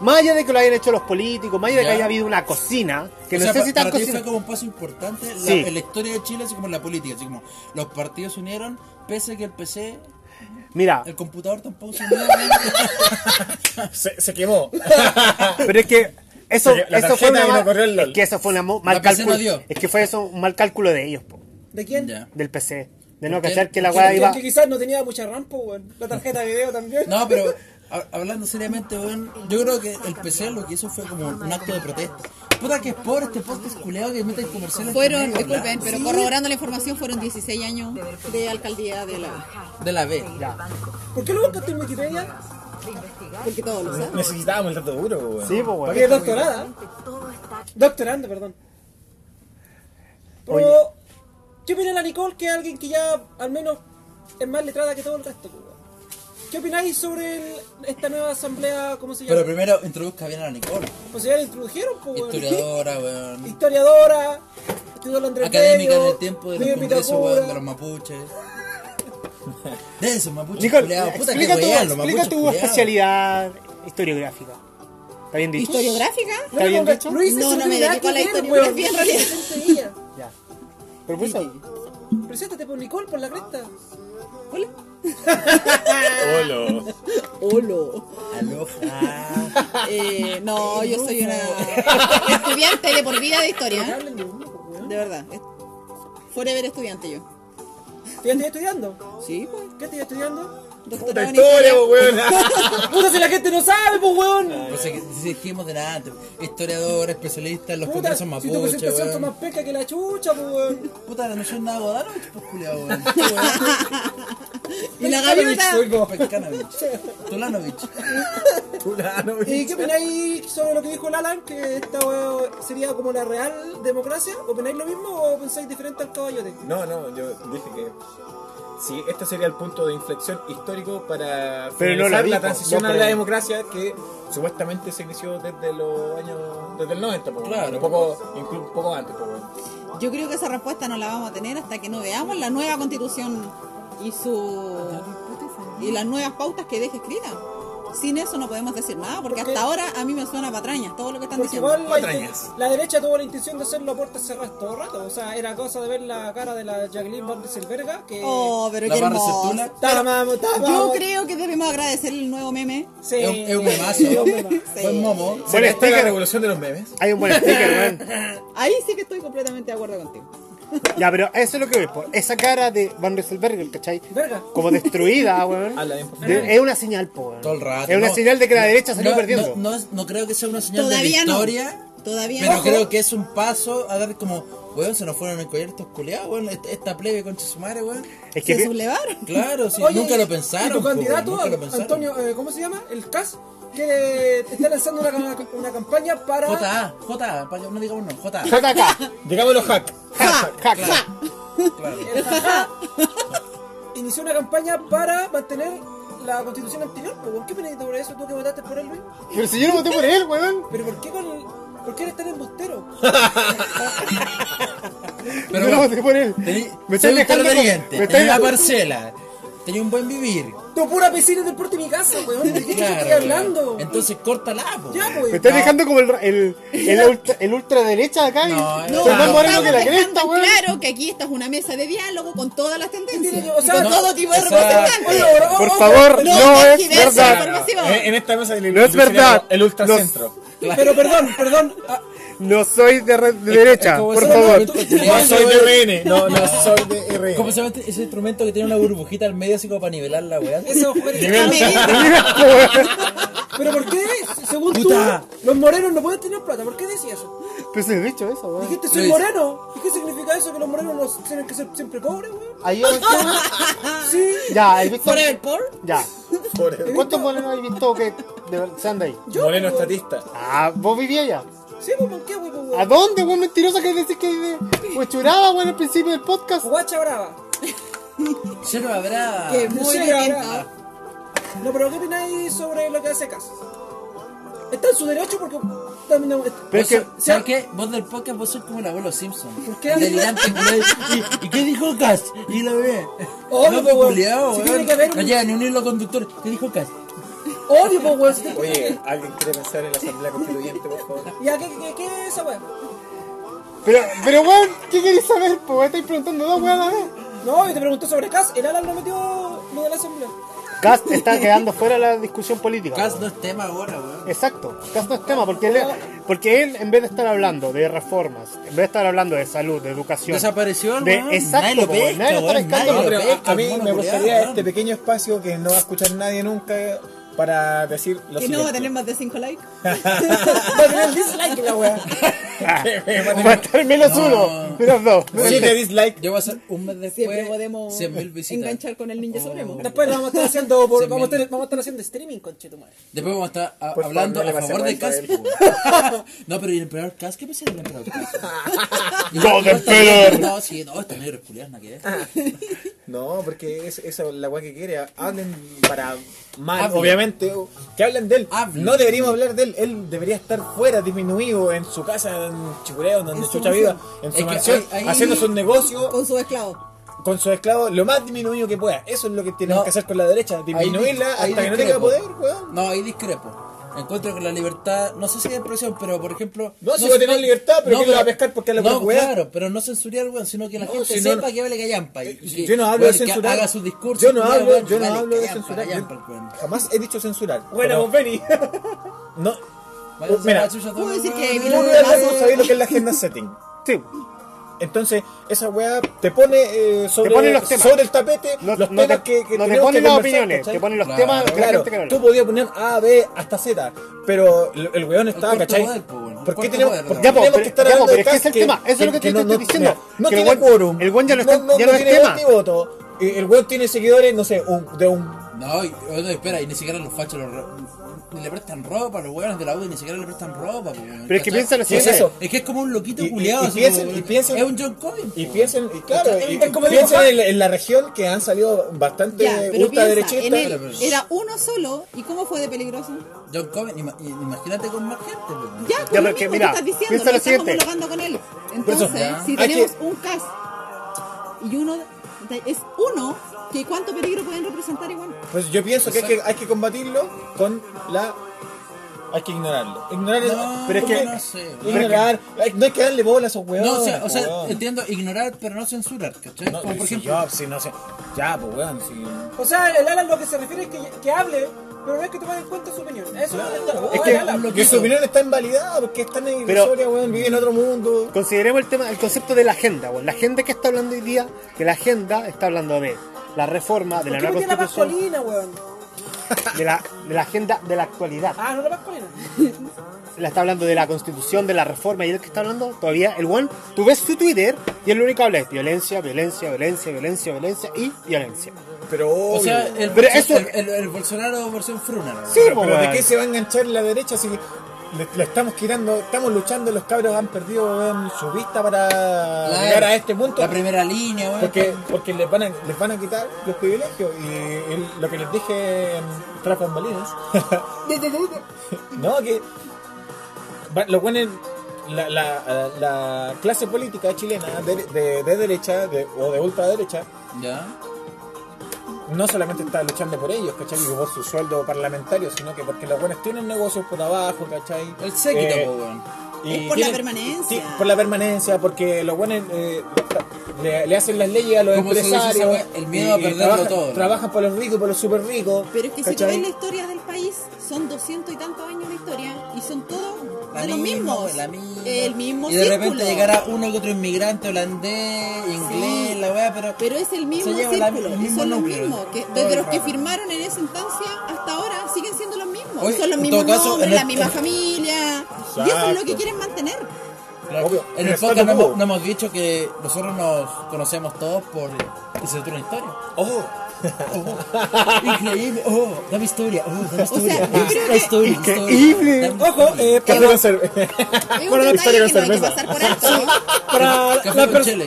S4: Más allá de que lo hayan hecho los políticos, más allá de que
S3: Ya.
S4: haya habido una cocina, que
S3: O
S4: no
S3: sea,
S4: sé si
S3: pa-
S4: tan
S3: para ti
S4: cocina.
S3: fue como un paso importante la-
S4: Sí.
S3: en la historia de Chile, así como en la política, así como los partidos se unieron, pese a que el PC,
S4: Mira,
S3: el computador tampoco se unió. ¿no?
S1: Se, se quemó.
S4: pero es que eso,
S1: Porque la
S4: eso fue
S1: tarjeta
S4: una
S1: que
S4: ma-
S1: no corrió el LOL.
S4: es que eso fue una mo- mal
S3: La PC no
S4: cálculo.
S3: dio.
S4: es que fue eso un mal cálculo de ellos, po,
S2: ¿De quién?
S3: Ya.
S4: del PC, de no
S3: ¿Por qué?
S4: cachar que la
S2: Que-
S4: weá iba.
S2: Que quizás no tenía mucha rampa, weón. La tarjeta de video también.
S3: No, pero ha- hablando seriamente, weón, yo creo que el PC lo que hizo fue como un acto de protesta. Puta que es pobre este podcast culeado que mete comerciales.
S5: Fueron,
S3: con medio,
S5: disculpen,
S3: ¿verdad?
S5: pero
S3: Sí.
S5: corroborando la información, fueron 16 años de alcaldía de la.
S3: De la B.
S4: Ya.
S2: ¿Por qué lo buscaste en Wikipedia?
S5: Porque todo lo sabe.
S1: Necesitábamos el dato duro, po, weón.
S4: Sí, pues,
S2: Porque es doctorada. Doctorando, perdón. Pero,
S4: Oye.
S2: ¿Qué opina la Nicole, que es alguien que ya al menos es más letrada que todo el resto? pues, weón? ¿Qué opináis sobre el- esta nueva asamblea? ¿Cómo se llama?
S3: Pero primero introduzca bien a la Nicole.
S2: pues ya la introdujeron, pues, weón.
S3: Historiadora, weón.
S2: Historiadora, estudió la Andrés
S3: Académica en
S2: Bello,
S3: el tiempo de los
S2: vive en
S3: congresos,
S2: Vitacura.
S3: weón, de los mapuches. De esos mapuches.
S4: Nicole,
S3: culiados. Puta que
S4: explica tu,
S3: weón, los
S4: explica
S3: mapuches
S4: tu
S3: culiados.
S4: especialidad historiográfica. ¿Está bien dicho?
S5: ¿Historiográfica?
S4: ¿Está bien
S2: No,
S4: dicho?
S2: no hice
S5: No, no me
S2: nada
S5: dedico
S2: que
S5: a la
S2: ver,
S5: historiografía,
S2: weón.
S5: en realidad.
S2: Presente ella.
S4: Ya. Pero pues,
S2: Preséntate por Nicole, por la cresta.
S5: Hola.
S1: Olo.
S5: Hola.
S3: Aloha.
S5: Eh, no, yo soy una estudiante de por vida de
S2: Que
S5: historia.
S2: hablen de uno, pues, weón.
S5: De verdad. Es- Forever estudiante yo.
S2: ¿Tú ya estás estudiando?
S5: Sí, pues.
S2: ¿Qué estás estudiando?
S5: Doctorado en
S1: Historia, po,
S5: historia.
S1: weón.
S2: Puta, si la gente no sabe, pues, weón.
S3: Pues es que si dijimos de nada, antes. historiadora, especialista en los
S2: Puta,
S3: congresos
S2: si tu
S3: mapuches,
S2: presentación fue
S3: weón.
S2: más peca que la chucha, pues, weón.
S3: Puta, no soy nada Bodanovich, pues culiado, weón.
S5: Y la gaviota.
S3: Pescanovich. Tulanovich.
S2: ¿Y qué opináis sobre lo que dijo Lalan? Que esta weón sería como la real democracia. ¿Opináis lo mismo o pensáis diferente al caballote?
S1: No, no, yo dije que. Sí, este sería el punto de inflexión histórico para
S4: Pero no lo
S1: finalizar
S4: dijo,
S1: la transición
S4: no,
S1: a
S4: pero-
S1: la democracia que supuestamente se inició desde los años. desde el 90, po, weón.
S3: Claro.
S1: un poco, inclu- un poco antes, po, weón.
S5: Yo creo que esa respuesta no la vamos a tener hasta que no veamos la nueva constitución y su y las nuevas pautas que deje escrita. Sin eso no podemos decir nada, porque
S2: Porque-
S5: hasta ahora a mí me suena patrañas todo lo que están
S3: Pues
S2: Porque
S5: diciendo.
S2: igual la,
S1: Patrañas.
S2: la derecha tuvo la intención de hacerlo a puertas cerradas todo el rato. O sea, era cosa de ver la cara de la Jacqueline Van Rieselberga que...
S5: Oh, pero
S3: eh, La
S5: qué
S3: barra
S5: hermoso.
S3: Septula.
S2: Tala, mamo, tala,
S5: Yo
S2: mamo.
S5: creo que debemos agradecer el nuevo meme.
S2: Sí.
S3: Es un- es un memazo.
S2: Sí, es un memazo.
S3: Buen momo.
S1: ¿Se
S4: Bueno,
S1: le está la
S4: explica-
S1: revolución de los memes?
S4: Hay un buen sticker, weón.
S5: Ahí sí que estoy completamente de acuerdo contigo.
S4: Ya, pero eso es lo que voy. po. Esa cara de Van Rieselberger, ¿cachai?
S2: Verga.
S4: Como destruida, weón.
S1: Habla bien, por favor.
S4: De- es una señal, po, weón.
S3: Todo el rato.
S4: Es una
S3: no.
S4: señal de que la derecha salió
S3: No,
S4: perdiendo.
S3: No, no es- no creo que sea una señal
S5: Todavía
S3: de
S5: no.
S3: victoria.
S5: Todavía
S3: Pero
S5: no.
S3: creo que es un paso a dar como, weón, se nos fueron a encollar estos culiados, weón, est- esta plebe con su madre, weón.
S4: Es que
S5: se
S4: pi-
S5: sublevaron.
S3: Claro, sí,
S2: Oye,
S3: nunca
S2: ¿y
S3: lo pensaron.
S2: Tu
S3: po, weón,
S2: candidato,
S3: nunca lo pensaron.
S2: Antonio, eh, ¿cómo se llama? El CAS, que está lanzando una, ca- una campaña para.
S3: JA, JA, para que no digamos no, JA.
S4: JK.
S1: Digamos los hacks.
S4: Ja, ja, ja.
S3: Claro.
S2: el jaja, inició una campaña para mantener la constitución anterior. po. ¿Por qué pensaste por eso? ¿Tú que votaste por él, Luis?
S4: Pero si yo no voté por él, weón.
S2: ¿Pero por qué con el.? ¿Por qué eres tan embustero?
S3: Pero
S4: yo no
S3: bueno,
S4: voté por él.
S3: tení-
S4: me
S3: soy
S4: estoy
S3: un
S4: dejando. como-
S3: terrateniente,
S4: me estoy
S3: tenía una
S4: dejando-
S3: parcela, tenía un buen vivir.
S2: Tu pura piscina del puerto de mi casa, weón. ¿De qué te estoy
S3: weón.
S2: hablando?
S3: Entonces eh, córtala, po.
S2: Ya, pues.
S4: Me
S2: weón.
S4: estoy dejando como el, el, el, ultra, el ultraderecha de acá. y-
S3: No,
S4: se
S3: no,
S4: más
S3: no,
S4: moreno que la
S5: Estamos
S4: cresta,
S5: dejando
S4: weón.
S5: Claro que aquí esta es una mesa de diálogo con todas las tendencias.
S2: O sea,
S5: con
S2: no,
S5: todo tipo de
S3: exacto.
S5: representantes.
S2: Oye, ojo,
S4: Por
S2: ojo,
S4: favor,
S5: no,
S4: no, es
S5: es que de eso
S4: verdad.
S5: forma- Progresivo.
S1: En, en esta mesa del
S4: No es verdad.
S1: El ultracentro.
S2: Ah, Pero perdón, perdón. ah,
S4: No soy de, re- de derecha,
S3: como
S4: por
S3: ese
S4: favor.
S3: momento que-
S1: No soy de RN. No, no soy de RN.
S3: ¿Cómo se llama este- ese instrumento que tiene una burbujita al medio así como para nivelar la weá?
S2: Eso fue.
S5: A medida-
S2: Pero ¿por qué, según
S3: Puta.
S2: tú, los morenos no pueden tener plata? ¿Por qué decías eso?
S4: Pero se he dicho eso, weón.
S2: Dijiste soy
S3: Lo hice.
S2: moreno. ¿Y qué significa eso? Que los morenos no tienen que ser siempre pobres, weón.
S4: Ahí el Víctor-
S3: Ah.
S2: Sí.
S4: Ya, el Víctor.
S5: Forever Poor.
S4: Ya.
S1: Pobre-
S4: ¿Cuántos morenos has visto que de ver- sean de ahí?
S2: Yo,
S1: Moreno
S2: weón.
S1: estatista.
S4: Ah, vos vivías allá.
S2: Sí, pues, ¿por qué, weón?
S4: ¿A
S2: weón?
S4: dónde, weón? Mentirosa que decís que de Huechuraba, weón, al principio del podcast.
S2: Guacha brava.
S3: Cero habrá.
S5: Que muy
S2: Sí,
S3: ah.
S5: violento.
S2: ahora- No, pero ¿qué opináis sobre lo que hace Cas? Está en su derecho porque... también no-
S4: Pero
S3: Vos
S4: es que-
S3: sos- ¿Sabes qué? Vos del podcast vos sos como el abuelo Simpson.
S2: ¿Por qué?
S3: El delirante, culé. ¿Y, ¿Y qué dijo Cass? Y la bebé.
S2: Obvio,
S3: no,
S2: pues, weón.
S3: culiao,
S2: Si
S3: Oh, weón.
S2: tiene que haber un-
S3: No llega ni un hilo conductor. ¿Qué dijo Cass?
S2: Odio, pues, weón. si te-
S1: Oye, ¿alguien quiere pensar en la asamblea constituyente, por favor?
S2: ¿Ya qué, qué, qué es esa weón?
S4: Pero, pero weón, ¿qué querés saber? Pues estáis preguntando dos weón a ver.
S2: No, yo te pregunté sobre Cas. El Alan no metió lo de la asamblea.
S4: Cast está quedando fuera de la discusión política.
S3: Cass no es tema ahora, weón.
S4: Exacto, Cast no es tema, porque él, porque él en vez de estar hablando de reformas, en vez de estar hablando de salud, de educación,
S3: Desapareció el
S4: de,
S3: weón.
S4: exacto,
S3: Nadie lo
S4: po, weón,
S3: pesca,
S4: nadie lo está
S3: weón,
S4: pescando.
S3: nadie
S1: No,
S3: lo
S1: pero
S3: pesca,
S1: a, a mí
S3: hermano,
S1: me gustaría
S3: culiao,
S1: este
S3: weón.
S1: pequeño espacio que no va a escuchar nadie nunca para decir lo
S5: Que no va a
S1: siguiente.
S5: tener más de 5 likes.
S2: Va a tener el dislike la weón.
S4: Va a estar menos
S3: No.
S4: uno, menos dos.
S1: Si te dislike,
S3: Yo voy a hacer un mes después.
S5: Siempre podemos
S3: 100.000 visitas.
S5: enganchar con el Ninja Supremo.
S2: Después lo vamos a estar haciendo, por-
S3: Se
S2: vamos, a estar,
S3: miente.
S2: vamos a estar haciendo streaming, conchetumare.
S3: Después vamos a estar a-
S6: Por favor,
S3: hablando
S6: no le
S3: a
S6: pase
S3: favor de
S6: vuelta a
S3: Cas.
S6: él,
S3: no, pero ¿y el emperador Cas? ¿Qué pasa del emperador Cas?
S4: Golden
S3: No, está
S4: Pillar.
S3: bien, No, sí, no, está negro, culiado, nada que ver.
S1: No, porque es- esa es la weá que quiere. Hablen para mal,
S3: Hablen.
S1: obviamente. o- Que hablen de él.
S3: Hablen.
S1: No deberíamos hablar de él. Él debería estar fuera, disminuido, en su casa, en Chicureo, donde
S5: su
S1: chucha viva, en
S3: Es
S1: su
S3: que
S1: mansión,
S3: ahí- ahí-
S1: haciendo sus negocios
S5: Con su esclavo.
S1: con sus esclavos lo más disminuido que pueda. Eso es lo que tenemos
S3: No.
S1: que hacer con la derecha. Disminuirla
S3: ahí
S1: hasta que no tenga
S3: discrepo.
S1: poder, weón.
S3: No, ahí discrepo. Encuentro que la libertad, no sé si de expresión, pero por ejemplo.
S1: No, si va a tener libertad, pero ¿quién lo va a pescar porque habla
S3: No,
S1: pura weá?
S3: claro, pero no censurar, weón, sino que la
S1: No,
S3: gente
S1: si no, Eh,
S3: sepa que vale callampa. y que,
S1: Yo no hablo
S3: weón,
S1: de
S3: que
S1: censurar.
S3: Haga sus discursos.
S1: Yo no
S3: culiao,
S1: hablo,
S3: weón,
S1: yo no
S3: vale
S1: hablo de
S3: callampa,
S1: censurar.
S3: callampa,
S1: Yo
S3: pues, weón.
S1: Jamás he dicho censurar.
S2: Bueno,
S1: pero-
S2: vos Benny.
S1: No.
S3: Váyanse
S1: Pues Mira,
S3: a la chucha todos,
S5: puedo decir que
S3: weón.
S5: Mira,
S1: Tú
S5: un
S1: ya
S5: abrazo.
S1: sabes lo que es la agenda setting.
S4: Sí.
S1: Entonces, esa weá te pone eh, sobre,
S4: Te pone los temas.
S1: sobre el tapete
S4: No,
S1: los
S4: no
S1: temas
S4: te,
S1: que, que
S4: no
S1: tenemos
S4: te ponen
S1: que
S4: las
S1: conversar,
S4: opiniones,
S1: ¿cachai?
S4: te ponen los
S3: Claro,
S4: temas de Ah, la
S1: Claro,
S4: gente que no habla.
S1: tú podías poner A, B, hasta Z, pero el el weón estaba,
S3: cuarto
S1: ¿cachai?
S3: poder, po, bueno, el
S1: ¿Por qué
S3: cuarto
S1: tenemos,
S3: poder,
S1: por qué
S4: Ya, po,
S1: tenemos
S4: pero,
S1: que estar
S4: ya, po,
S1: hablando
S4: pero
S1: de
S4: es que
S1: cast
S4: ese es el tema, eso es lo que te
S1: no-
S4: estoy
S1: no-
S4: diciendo,
S1: mira, No
S4: que el
S1: tiene
S4: weón-
S1: quórum.
S4: el weón ya no está- ya no es
S1: tiene
S4: tema.
S1: voz ni voto. Y El weón tiene seguidores, no sé, un- de un...
S3: No, y- oye, espera, y ni siquiera los fachos los ro- ni le prestan ropa, los hueones de la U ni siquiera le prestan ropa. po, weón,
S4: Pero es que
S3: ¿cachai?
S4: piensa lo
S3: Es
S4: siguiente.
S3: eso, Es que es como un loquito
S1: Y- y-
S3: culiado.
S1: y
S3: así
S1: piensen-
S3: como-
S1: y piensen-
S3: es un John pues, Collins.
S1: Y
S3: po,
S1: piensen, y claro,
S3: Es-
S1: y-
S3: es como
S1: y
S3: digo,
S1: piensen en, en la región que han salido bastante
S5: Ya, pero piensa, en
S1: ultraderechistas.
S5: él era uno solo y cómo fue de peligroso.
S3: weón. John Collins, ima- i- imagínate con más gente. pues, po.
S5: Ya, por lo
S4: porque,
S5: mismo
S4: mira,
S5: que estás diciendo,
S4: piensa
S5: lo
S4: lo
S5: estamos
S4: siguiente.
S5: homologando con él. Entonces,
S3: ya.
S5: si
S1: Hay
S5: tenemos
S1: que-
S5: un cas y uno de- es uno, que cuánto peligro pueden representar igual?
S1: Pues yo pienso que hay, que hay que combatirlo con la... Hay que ignorarlo. Ignorar el-
S3: No,
S4: pero es que-
S3: no sé. weón.
S1: Ignorar. ay, No hay que darle bola a esos weones.
S3: No, o sea, o sea,
S1: weón.
S3: entiendo ignorar, pero no censurar, ¿cachai?
S1: No,
S3: Como por
S1: si
S3: ejemplo,
S1: yo, si no sé. Ya, pues weón, si...
S2: O sea, el Alan lo que se refiere es que, que hable, pero no es que tome en cuenta su opinión. Eso no es
S1: Claro,
S2: lo
S1: es
S2: es
S1: que-
S2: Alan.
S3: lo
S1: Que su
S3: hizo.
S1: opinión está invalidada porque está en irrisoria, weón, vive en otro mundo.
S4: Consideremos el tema, el concepto de la agenda, bueno, la agenda que está hablando hoy día, que la agenda está hablando de la reforma, de
S2: ¿Por
S4: la
S2: pues, qué metí
S4: nueva
S2: la
S4: constitución,
S2: pascolina, weón?
S4: de la, de la agenda de la actualidad.
S2: Ah, no la pascolina.
S4: La está hablando de la constitución, de la reforma, y el que está hablando todavía, el one, tú ves su Twitter y el único que habla es violencia, violencia, violencia, violencia, violencia y violencia.
S1: Pero
S3: o sea,
S1: obvio,
S3: el,
S4: Pero
S3: Bolso-
S4: eso-
S3: el, el- el Bolsonaro versión Fruna. weón.
S4: Sí, po,
S1: Pero ¿de
S4: weón.
S1: qué se va a enganchar la derecha si le, le estamos quitando, estamos luchando, los cabros han perdido weón, su vista para
S3: La-
S1: llegar a este punto?
S3: La primera línea, weón.
S1: Porque, porque les, van a, les van a quitar los privilegios y el- lo que les dije en Tras Bambalinas. no, que va- los buenos, la, la, la clase política chilena de, de- de derecha de- o de ultraderecha
S3: Ya.
S1: no solamente está luchando por ellos, ¿cachai? Y por su sueldo parlamentario, sino que porque los buenos tienen negocios por abajo, ¿cachai?
S3: El séquito,
S1: Eh,
S3: po, weón.
S5: Es por la permanencia.
S1: sí, por la permanencia, porque los buenos eh, le, le hacen las leyes a los
S3: Como se dice esa
S1: empresarios.
S3: wea, el miedo a
S1: y
S3: perderlo
S1: trabajan,
S3: todo, ¿no?
S1: Trabajan por los ricos, y por los super ricos.
S5: Pero es que si tú
S1: ¿cachai?
S5: ves la historia del país, son 200 y tantos años de historia y son todos
S3: La
S5: de los
S3: misma,
S5: mismos.
S3: pues, la misma.
S5: El mismo
S3: Y de
S5: círculo.
S3: repente llegará uno que otro inmigrante holandés, inglés, la weá, pero.
S5: Pero es el mismo
S3: Se lleva la-
S5: círculo,
S3: el
S5: y
S3: mismo
S5: son los
S3: núcleo.
S5: mismos. Que,
S3: Todo
S5: desde
S3: el
S5: los que
S3: rato.
S5: firmaron en esa instancia hasta ahora siguen siendo los mismos.
S3: Oye,
S5: son los
S3: en
S5: mismos
S3: todo caso,
S5: nombres,
S3: en
S5: la
S3: el-
S5: misma
S3: en-
S5: familia. Y eso es lo
S1: Exacto.
S5: que quieren mantener.
S3: Claro,
S1: Obvio,
S3: en
S1: el
S3: el
S1: statu
S3: podcast no,
S1: quo.
S3: hemos- no hemos dicho que nosotros nos conocemos todos por Licenciatura en Historia.
S1: Ojo,
S3: Increíble, oh, dame historia, oh, dame historia.
S5: sea, yo creo
S3: la
S5: que-
S3: historia, la historia.
S4: Increíble.
S3: Dame
S2: Ojo,
S3: historia.
S2: eh,
S1: Oh, café con cerveza.
S5: Es un
S1: Bueno, historia
S5: detalle que no
S1: con
S5: hay que
S1: cerveza.
S5: pasar por alto.
S3: pues.
S2: Para
S3: Café
S2: la
S3: con
S2: persona.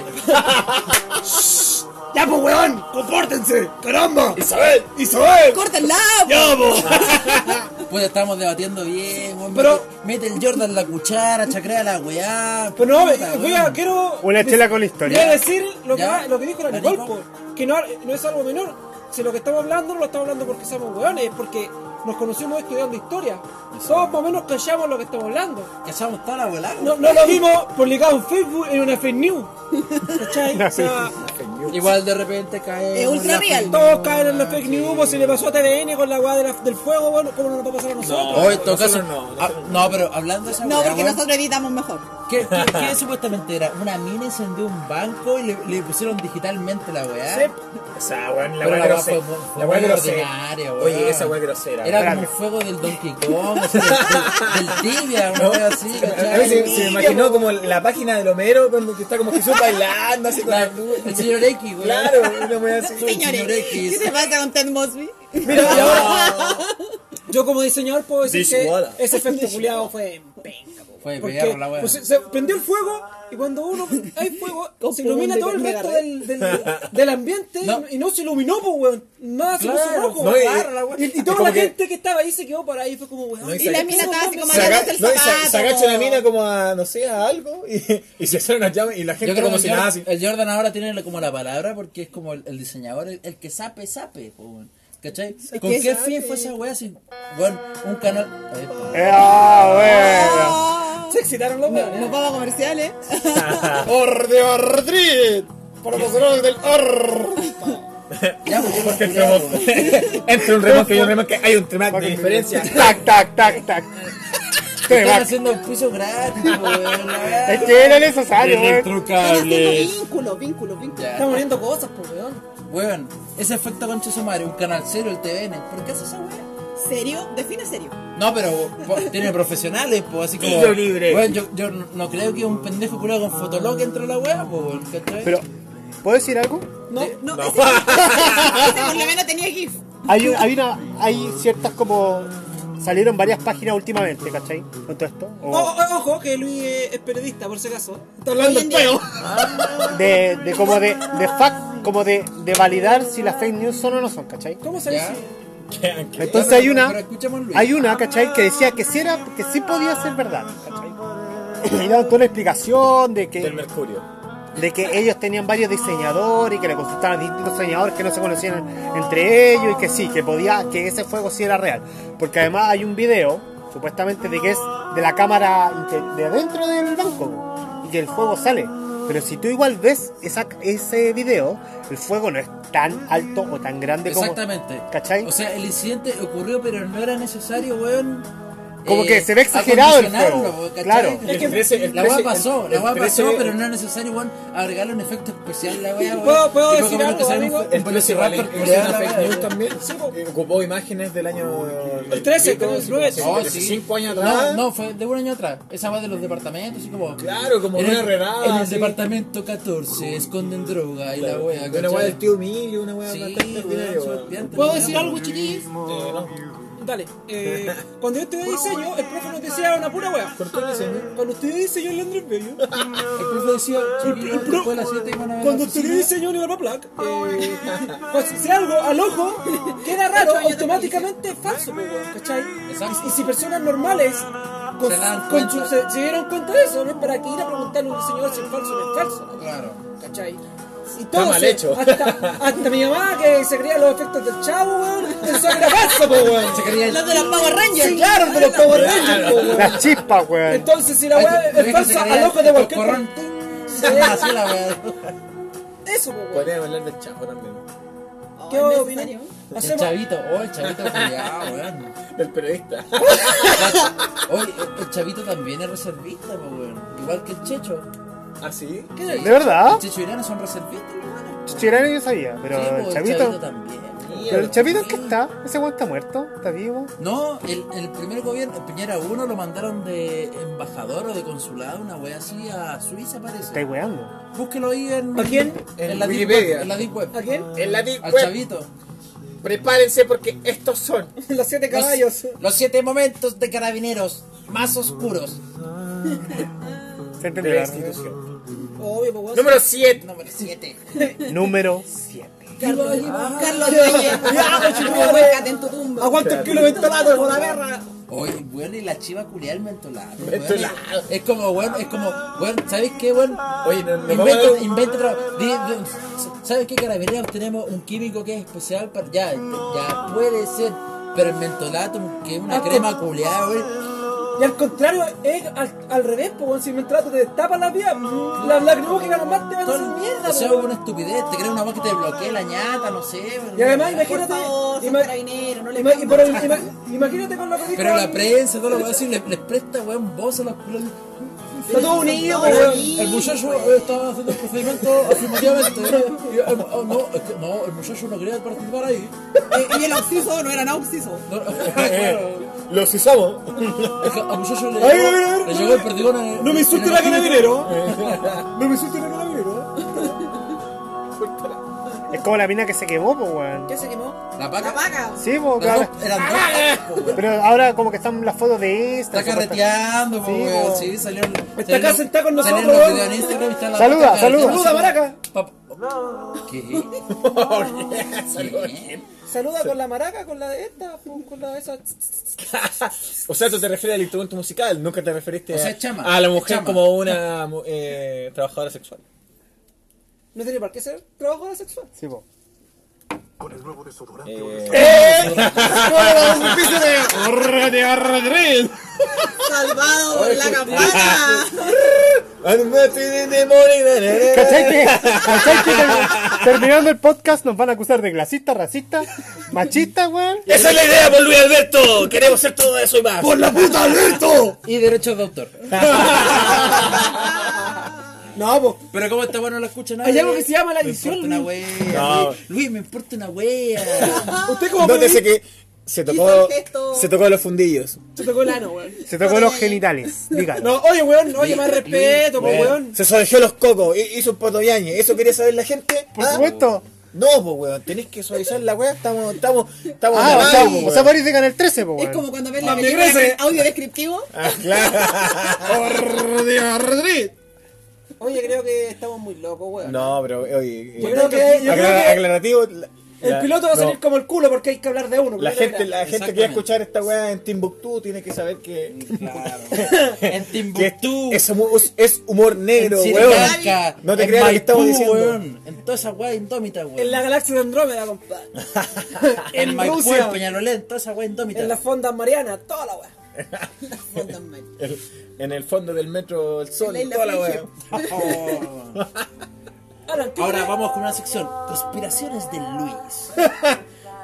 S3: chele.
S6: ¡Ya, pues, weón! ¡Compórtense! ¡Caramba! ¡Isabel! ¡Isabel!
S5: ¡Córtenla!
S3: Pues estamos debatiendo bien, weón.
S2: Pero-
S3: mete, mete el Jordan la cuchara, chacrea la weá.
S2: Pero no,
S3: puta,
S2: eh, voy a,
S3: weón.
S2: quiero.
S4: Una chela con
S2: Voy a
S4: historia.
S2: decir lo que,
S3: Ya.
S2: va- lo que dijo la
S3: La
S2: Nicole,
S3: Nicole.
S2: po, que no, no es algo menor. Si lo que estamos hablando no lo estamos hablando porque somos hueones, es porque nos conocimos estudiando historia. Todos más o menos callamos lo que estamos hablando.
S3: Cachamos toda la weá.
S2: No, no lo vimos publicado en Facebook en una fake news. ¿Cachai? O sea,
S3: Igual de repente cae.
S5: Es ultra real.
S2: todos caen en los fake news, pues, si le pasó a TVN con la weá de la- del fuego, bueno, ¿cómo no nos va a pasar a nosotros?
S3: Hoy en todo caso.
S1: Nosotros no,
S3: ah, No, pero hablando de esa
S5: No,
S3: weá,
S5: porque
S3: weón,
S5: nosotros editamos mejor.
S3: ¿Qué, qué, qué supuestamente era? Una mina incendió un banco y le, le pusieron digitalmente la weá.
S1: Sí. O sea, weón, la
S3: Pero
S1: weá
S3: la weá fue-
S1: grosera.
S3: fue-
S1: La weá
S3: fue
S1: grosera.
S3: ordinaria, weón.
S1: Oye, esa weá grosera.
S3: Era
S1: weón.
S3: como un fuego del Donkey Kong, o sea, del, del- del tibia, una wea así,
S1: A mí se,
S3: ¿cachai?
S1: se me
S5: pues.
S1: imaginó como la página del Homero cuando que está como Jesús bailando así con
S3: La-
S1: la
S3: El señor X, weón.
S1: Claro, una wea así.
S5: Señores,
S3: Señor X.
S5: ¿qué te pasa con Ted Mosby?
S2: Mira, y ahora, yo como diseñador puedo decir que
S1: Dishwalla.
S2: ese efecto culiado fue en penca. po,
S3: Fue
S2: porque,
S3: perro la wea.
S2: pues, se, se prendió el fuego y cuando uno hay fuego se ilumina todo el resto del, del, del ambiente
S3: No.
S2: y no se iluminó, pues, weón. Nada se puso
S1: Claro,
S2: rojo.
S1: no,
S2: weón.
S1: y-
S2: Claro, la wea. y, y
S1: y
S2: toda
S1: como
S2: la
S1: que-
S2: gente que estaba ahí se quedó por ahí. Fue como, weón.
S1: No, y
S5: Y la mina estaba así como
S1: Se, aga-
S5: agarrándose el
S1: no, y se- se agacha
S5: zapato.
S1: la mina como a, no sé, a algo y, y se salen las llamas y la
S3: Yo
S1: gente
S3: creo
S1: como
S3: que
S1: si
S3: el,
S1: nada
S3: Jordan,
S1: así.
S3: el Jordan ahora tiene como la palabra porque es como el, el diseñador, el, el que sape, sape, po, weón. ¿cachai? ¿Con qué fin fue esa wea? Si, bueno, un canal. eh, po.
S4: Eh, ah, bueno.
S5: Oh,
S2: Se excitaron los weones.
S5: Nos vamos a comerciales.
S4: Ah. Orde Ordrid, profesional del Or.
S3: Ya, pues, yo
S1: Porque el
S3: culiao, weón.
S1: remolque- Entre un remolque y un remolque hay un tremac de diferencia.
S4: Tac, tac, tac, tac.
S3: Están
S4: Tremac.
S3: haciendo piso gratis, po, weón, la wea.
S4: Es que era necesario, weón.
S5: Están haciendo vínculos, vínculos, vínculos.
S3: Ya.
S2: Están poniendo cosas, pues, weón.
S3: Weón, ese efecto concha su madre, un canal cero, el TVN. ¿Por qué hace esa wea?
S5: ¿Serio? Define serio.
S3: No, pero po, tiene profesionales, pues así como.
S1: Tiro libre.
S3: Weón, yo, yo no no creo que un pendejo curado con Fotolog entre a la wea, po, weón, ¿cachai?
S4: Pero, ¿puedo decir algo?
S5: No, no. Ese, ese este por lo menos tenía GIF.
S4: Hay, un- hay, una, hay ciertas como... Salieron varias páginas últimamente, ¿cachai? Con todo esto.
S2: O-
S4: O
S2: o- Ojo, que Luis eh, es periodista, por si acaso. Está
S5: Hoy
S2: hablando
S5: en
S2: en
S5: día-
S2: peo.
S4: de, de como de, de fact, como de, de validar si las fake news son o no son, ¿cachai?
S2: ¿Cómo se
S3: Ya.
S2: dice?
S4: Entonces hay
S3: Pero
S4: una,
S3: escuchemos, Luis.
S4: hay una, ¿cachai? Que decía que sí, era, que sí podía ser verdad, ¿cachai? Y daban toda la explicación de que...
S1: Del mercurio.
S4: de que ellos tenían varios diseñadores y que le consultaban a distintos diseñadores que no se conocían entre ellos y que sí, que podía, que ese fuego sí era real. Porque además hay un video, supuestamente, de que es de la cámara de, de adentro del banco y que el fuego sale. Pero si tú igual ves esa- ese video, el fuego no es tan alto o tan grande como...
S3: Exactamente.
S4: ¿Cachai?
S3: O sea, el incidente ocurrió, pero no era necesario, weón. eh,
S4: Como que se ve exagerado el fuego.
S3: acondicionarlo, weón, ¿cachai?
S4: Claro.
S1: El 13 el
S3: La weá
S1: 13
S3: pasó,
S1: el-
S3: la
S1: el
S3: weá
S1: 13
S3: pasó, pero no es necesario, weón, agregarle un efecto especial, la weá, weón.
S2: ¿Puedo- puedo
S3: Y fue
S2: decir
S3: como
S2: algo,
S3: que salió un-
S2: amigo?
S3: un
S1: El 13
S3: velociraptor
S1: vale,
S3: culiao,
S1: es una
S3: la
S1: fake
S3: weá,
S1: news
S3: weón.
S1: también. Eh, Ocupó imágenes del año.
S2: El 13,
S1: como
S2: como el 13.
S3: Oh,
S1: hace
S3: sí.
S1: 5 años
S3: No,
S1: atrás.
S3: no, fue de un año atrás. Esa va de los departamentos, así como.
S1: Claro, como
S3: En
S1: una
S3: el-
S1: redada,
S3: En el
S1: así.
S3: departamento 14 esconden droga y la wea.
S1: Una
S3: ¿cachai?
S1: weá del tío Emilio, una weá
S3: Sí,
S1: bastante ordinaria,
S3: weón,
S1: weón.
S3: suerte,
S2: ¿Puedo
S3: weón.
S2: decir algo, chiquillos? Dale. Eh, cuando yo estudié diseño, el profe nos decía una pura wea.
S1: ¿Por qué diseño?
S2: Cuando estudié diseño, el Andrés Bello.
S3: El profe decía, chiquillos,
S2: el pro-
S3: después de las siete iban a ver
S2: Cuando
S3: la oficina.
S2: estudié diseño en Europa Black, eh, pues si algo al ojo queda raro, automáticamente es falso, pues, weón, ¿cachai?
S3: Exacto.
S2: Y, si personas normales con-
S3: Se dan
S2: con su-
S3: cuenta.
S2: se, se dieron cuenta de eso, no es para que ir a preguntarle a un diseñador si es falso o no es falso,
S3: Claro.
S2: ¿cachai? Y todo
S1: mal
S2: se-
S1: hecho.
S2: Hasta, hasta mi mamá que se creía los efectos del chavo, weón, pensó que era falso, pues, weón.
S3: Se quería
S5: Los de los Power Rangers.
S2: Sí, claro, de los Power Rangers, po, weón.
S4: Las chispas, weón.
S2: Entonces, si la weá
S3: Ay,
S2: es falsa al ojo de
S3: el
S2: cualquier.
S3: corrón.
S2: Sí,
S3: Así la wea.
S2: Eso, po, weón.
S1: Podríamos hablar del chavo también.
S5: Oh,
S2: ¿Qué
S5: es
S2: opinas?
S5: necesario.
S3: El
S2: Hacemos-
S3: chavito, oh, el chavito culiao, weón.
S1: Del periodista.
S3: Oye, el chavito también es reservista, po, weón. Igual que el checho.
S1: ¿Ah, sí?
S4: ¿De verdad?
S3: El checho y Irano son reservistas, weón.
S4: Chichirano yo sabía, pero
S3: Sí, po,
S4: el pues, chavito...
S3: también.
S4: Pero el chavito es que está, ese weón está muerto, está vivo.
S3: No, el, el primer gobierno, Piñera 1, lo mandaron de embajador o de consulado, una wea así, a Suiza
S4: Estáis
S3: parece.
S4: weando.
S3: Búsquelo ahí en.
S2: ¿A quién?
S3: En,
S1: En
S3: la deep
S1: Wikipedia.
S3: web, En la Deep Web.
S2: ¿A quién?
S1: En la deep
S3: Al
S1: web.
S3: chavito.
S1: Prepárense porque estos son.
S2: Los siete caballos.
S3: Los, los siete momentos de carabineros más oscuros.
S4: ¿Se
S1: De la
S4: entendió?
S1: institución.
S2: Obvio, pues, weón.
S1: Número 7.
S3: Número 7.
S4: Número 7.
S5: Carlos Reyes. Revuélcate en tu tumba.
S2: Aguanta el kilo mentolado, hijo de la perra.
S3: Oye, bueno, y la chiva culiada el mentolado. weón.
S1: Mentolado.
S3: Es como, bueno, es como, bueno, ¿sabes qué, bueno?
S1: Oye, no, no vamos a
S3: Inventa,
S1: dar un-
S3: inventa otra- di- di- ¿Sabes qué, carabineros? Tenemos un químico que es especial para. Ya, ya puede ser. Pero el mentolato, que es una
S2: Ah,
S3: crema culiada, güey.
S2: Y al contrario, es al, al revés, pues, weón. si me trato te destapa la vía, las lágrimas que ganan más te van a hacer mierda,
S3: O sea,
S2: po, weón.
S3: una estupidez. Te crees una voz que te bloquee la ñata, no sé. weón.
S2: Y además,
S5: Por
S2: imagínate.
S5: favor, son
S2: ima-
S5: carabineros, no le
S2: ima- y por
S5: pongan-
S2: el- ima- Imagínate con lo que dijo.
S3: Pero la
S2: el-
S3: prensa, todo lo que va a decir, les, les presta, weón, voz a los culos.
S2: Está todo unido por aquí.
S3: El muchacho estaba haciendo el procedimiento afirmativamente. Y, eh, oh, no, es que- no, el muchacho no quería participar ahí.
S5: Eh, y el obsiso no era nada obsiso.
S3: No, claro.
S1: Los usamos.
S3: Es que al muchacho
S2: Ay,
S3: le
S2: a ver, a ver,
S3: llegó, le
S2: no
S3: llegó el perdigón en el-
S2: No me insulte
S3: en
S2: la
S3: el
S2: carabinero. No me insulte la ¿eh? carabinero.
S4: Es como la mina que se quemó, pues, weón.
S2: ¿Qué se quemó?
S3: La
S5: La
S3: paca.
S5: vaca.
S4: Sí, pues,
S3: Las
S4: claro.
S3: dos-
S2: Ah,
S3: eran dos po, weón.
S4: Pero ahora como que están las fotos de
S3: Está
S4: Instagram.
S3: carreteando, po,
S4: Sí,
S3: weón.
S4: po.
S3: Sí, salieron.
S2: Está acá sentada con nosotros,
S3: salieron los
S2: weón.
S3: videos en Instagram y está la
S4: Saluda,
S3: paca
S4: saluda.
S3: carreteando.
S4: Saluda, Maraca.
S3: Pap- ¿Qué?
S1: Oh,
S3: ¿Qué?
S2: Saluda con la maraca, con la de esta, con la de esa.
S1: O sea, tú te refieres al instrumento musical, nunca te referiste
S3: O sea,
S1: a-
S3: chama,
S1: a la
S3: es
S1: mujer
S3: chama.
S1: como una mu- eh, trabajadora sexual.
S2: No tiene por qué ser trabajadora sexual.
S4: Sí, pues.
S1: Eh,
S4: ¡Eh!
S5: Salvado por la campana.
S4: ¿Cachai que, cachai que ter- terminando el podcast nos van a acusar de clasista, racista, machista, weón?
S1: ¡Esa es la idea, por Luis Alberto! ¡Queremos ser todo eso y más!
S6: ¡Por la puta, Alberto!
S3: Y derechos de autor.
S2: No, pues.
S3: Pero como esta weá no la escucha nadie.
S2: Hay algo que se llama la
S3: Me
S2: edición,
S3: importa una wea. Luis. Luis, me importa una wea.
S2: Usted como
S1: Nótese
S2: periodista
S1: que se
S5: Hizo
S1: tocó,
S5: el gesto.
S1: se tocó los fundillos.
S2: se tocó el ano, weón.
S4: Se tocó los genitales, dígalo.
S2: No, oye, weón, oye, más respeto, pues, weón.
S1: Se sodejeó los cocos, hi- hizo un potoyañe. ¿Eso quería saber la gente?
S4: Por
S1: Ah,
S4: supuesto.
S1: No, pues, weón, tenéis que suavizar la weá. Estamos, estamos, estamos.
S4: Ah, o sea,
S1: grabando,
S4: o
S1: weón.
S4: sea, Boris de Canal 13, pues,
S5: Es
S4: weón.
S5: como cuando ves la
S2: Mami,
S5: película
S2: crece.
S5: con audio descriptivo.
S1: Ah, claro.
S2: Oye, creo que estamos muy locos, weón.
S1: no, pero, oye.
S2: Yo
S1: eh,
S2: creo que- yo creo
S1: aclara-
S2: que-
S1: Aclarativo. la-
S2: El
S1: la-
S2: piloto va a
S1: no,
S2: salir como el culo porque hay que hablar de uno.
S1: La
S2: primero
S1: gente,
S2: era.
S1: la gente que va a escuchar esta weá en Timbuktu tiene que saber que.
S3: Claro.
S1: que
S3: En Timbuktu.
S1: es, humor, es humor negro,
S3: Sri
S1: weón.
S3: Lanka,
S1: No te
S3: en
S1: creas lo que
S3: Maipú,
S1: estamos diciendo.
S3: weón, En toda esa weá indómita, weón.
S2: En la galaxia de Andrómeda, compadre.
S3: En
S2: en
S3: Maipú,
S2: Rusia.
S3: en Peñalolén, en toda esa weá indómita.
S2: En las fondas marianas, toda la weá.
S1: El- en el fondo del metro, el sol,
S5: En la isla
S1: toda la
S5: Frigio.
S1: weá.
S3: Oh.
S2: Alan, ¿qué
S3: Ahora
S2: weá?
S3: vamos con una sección. Conspiraciones de Luis.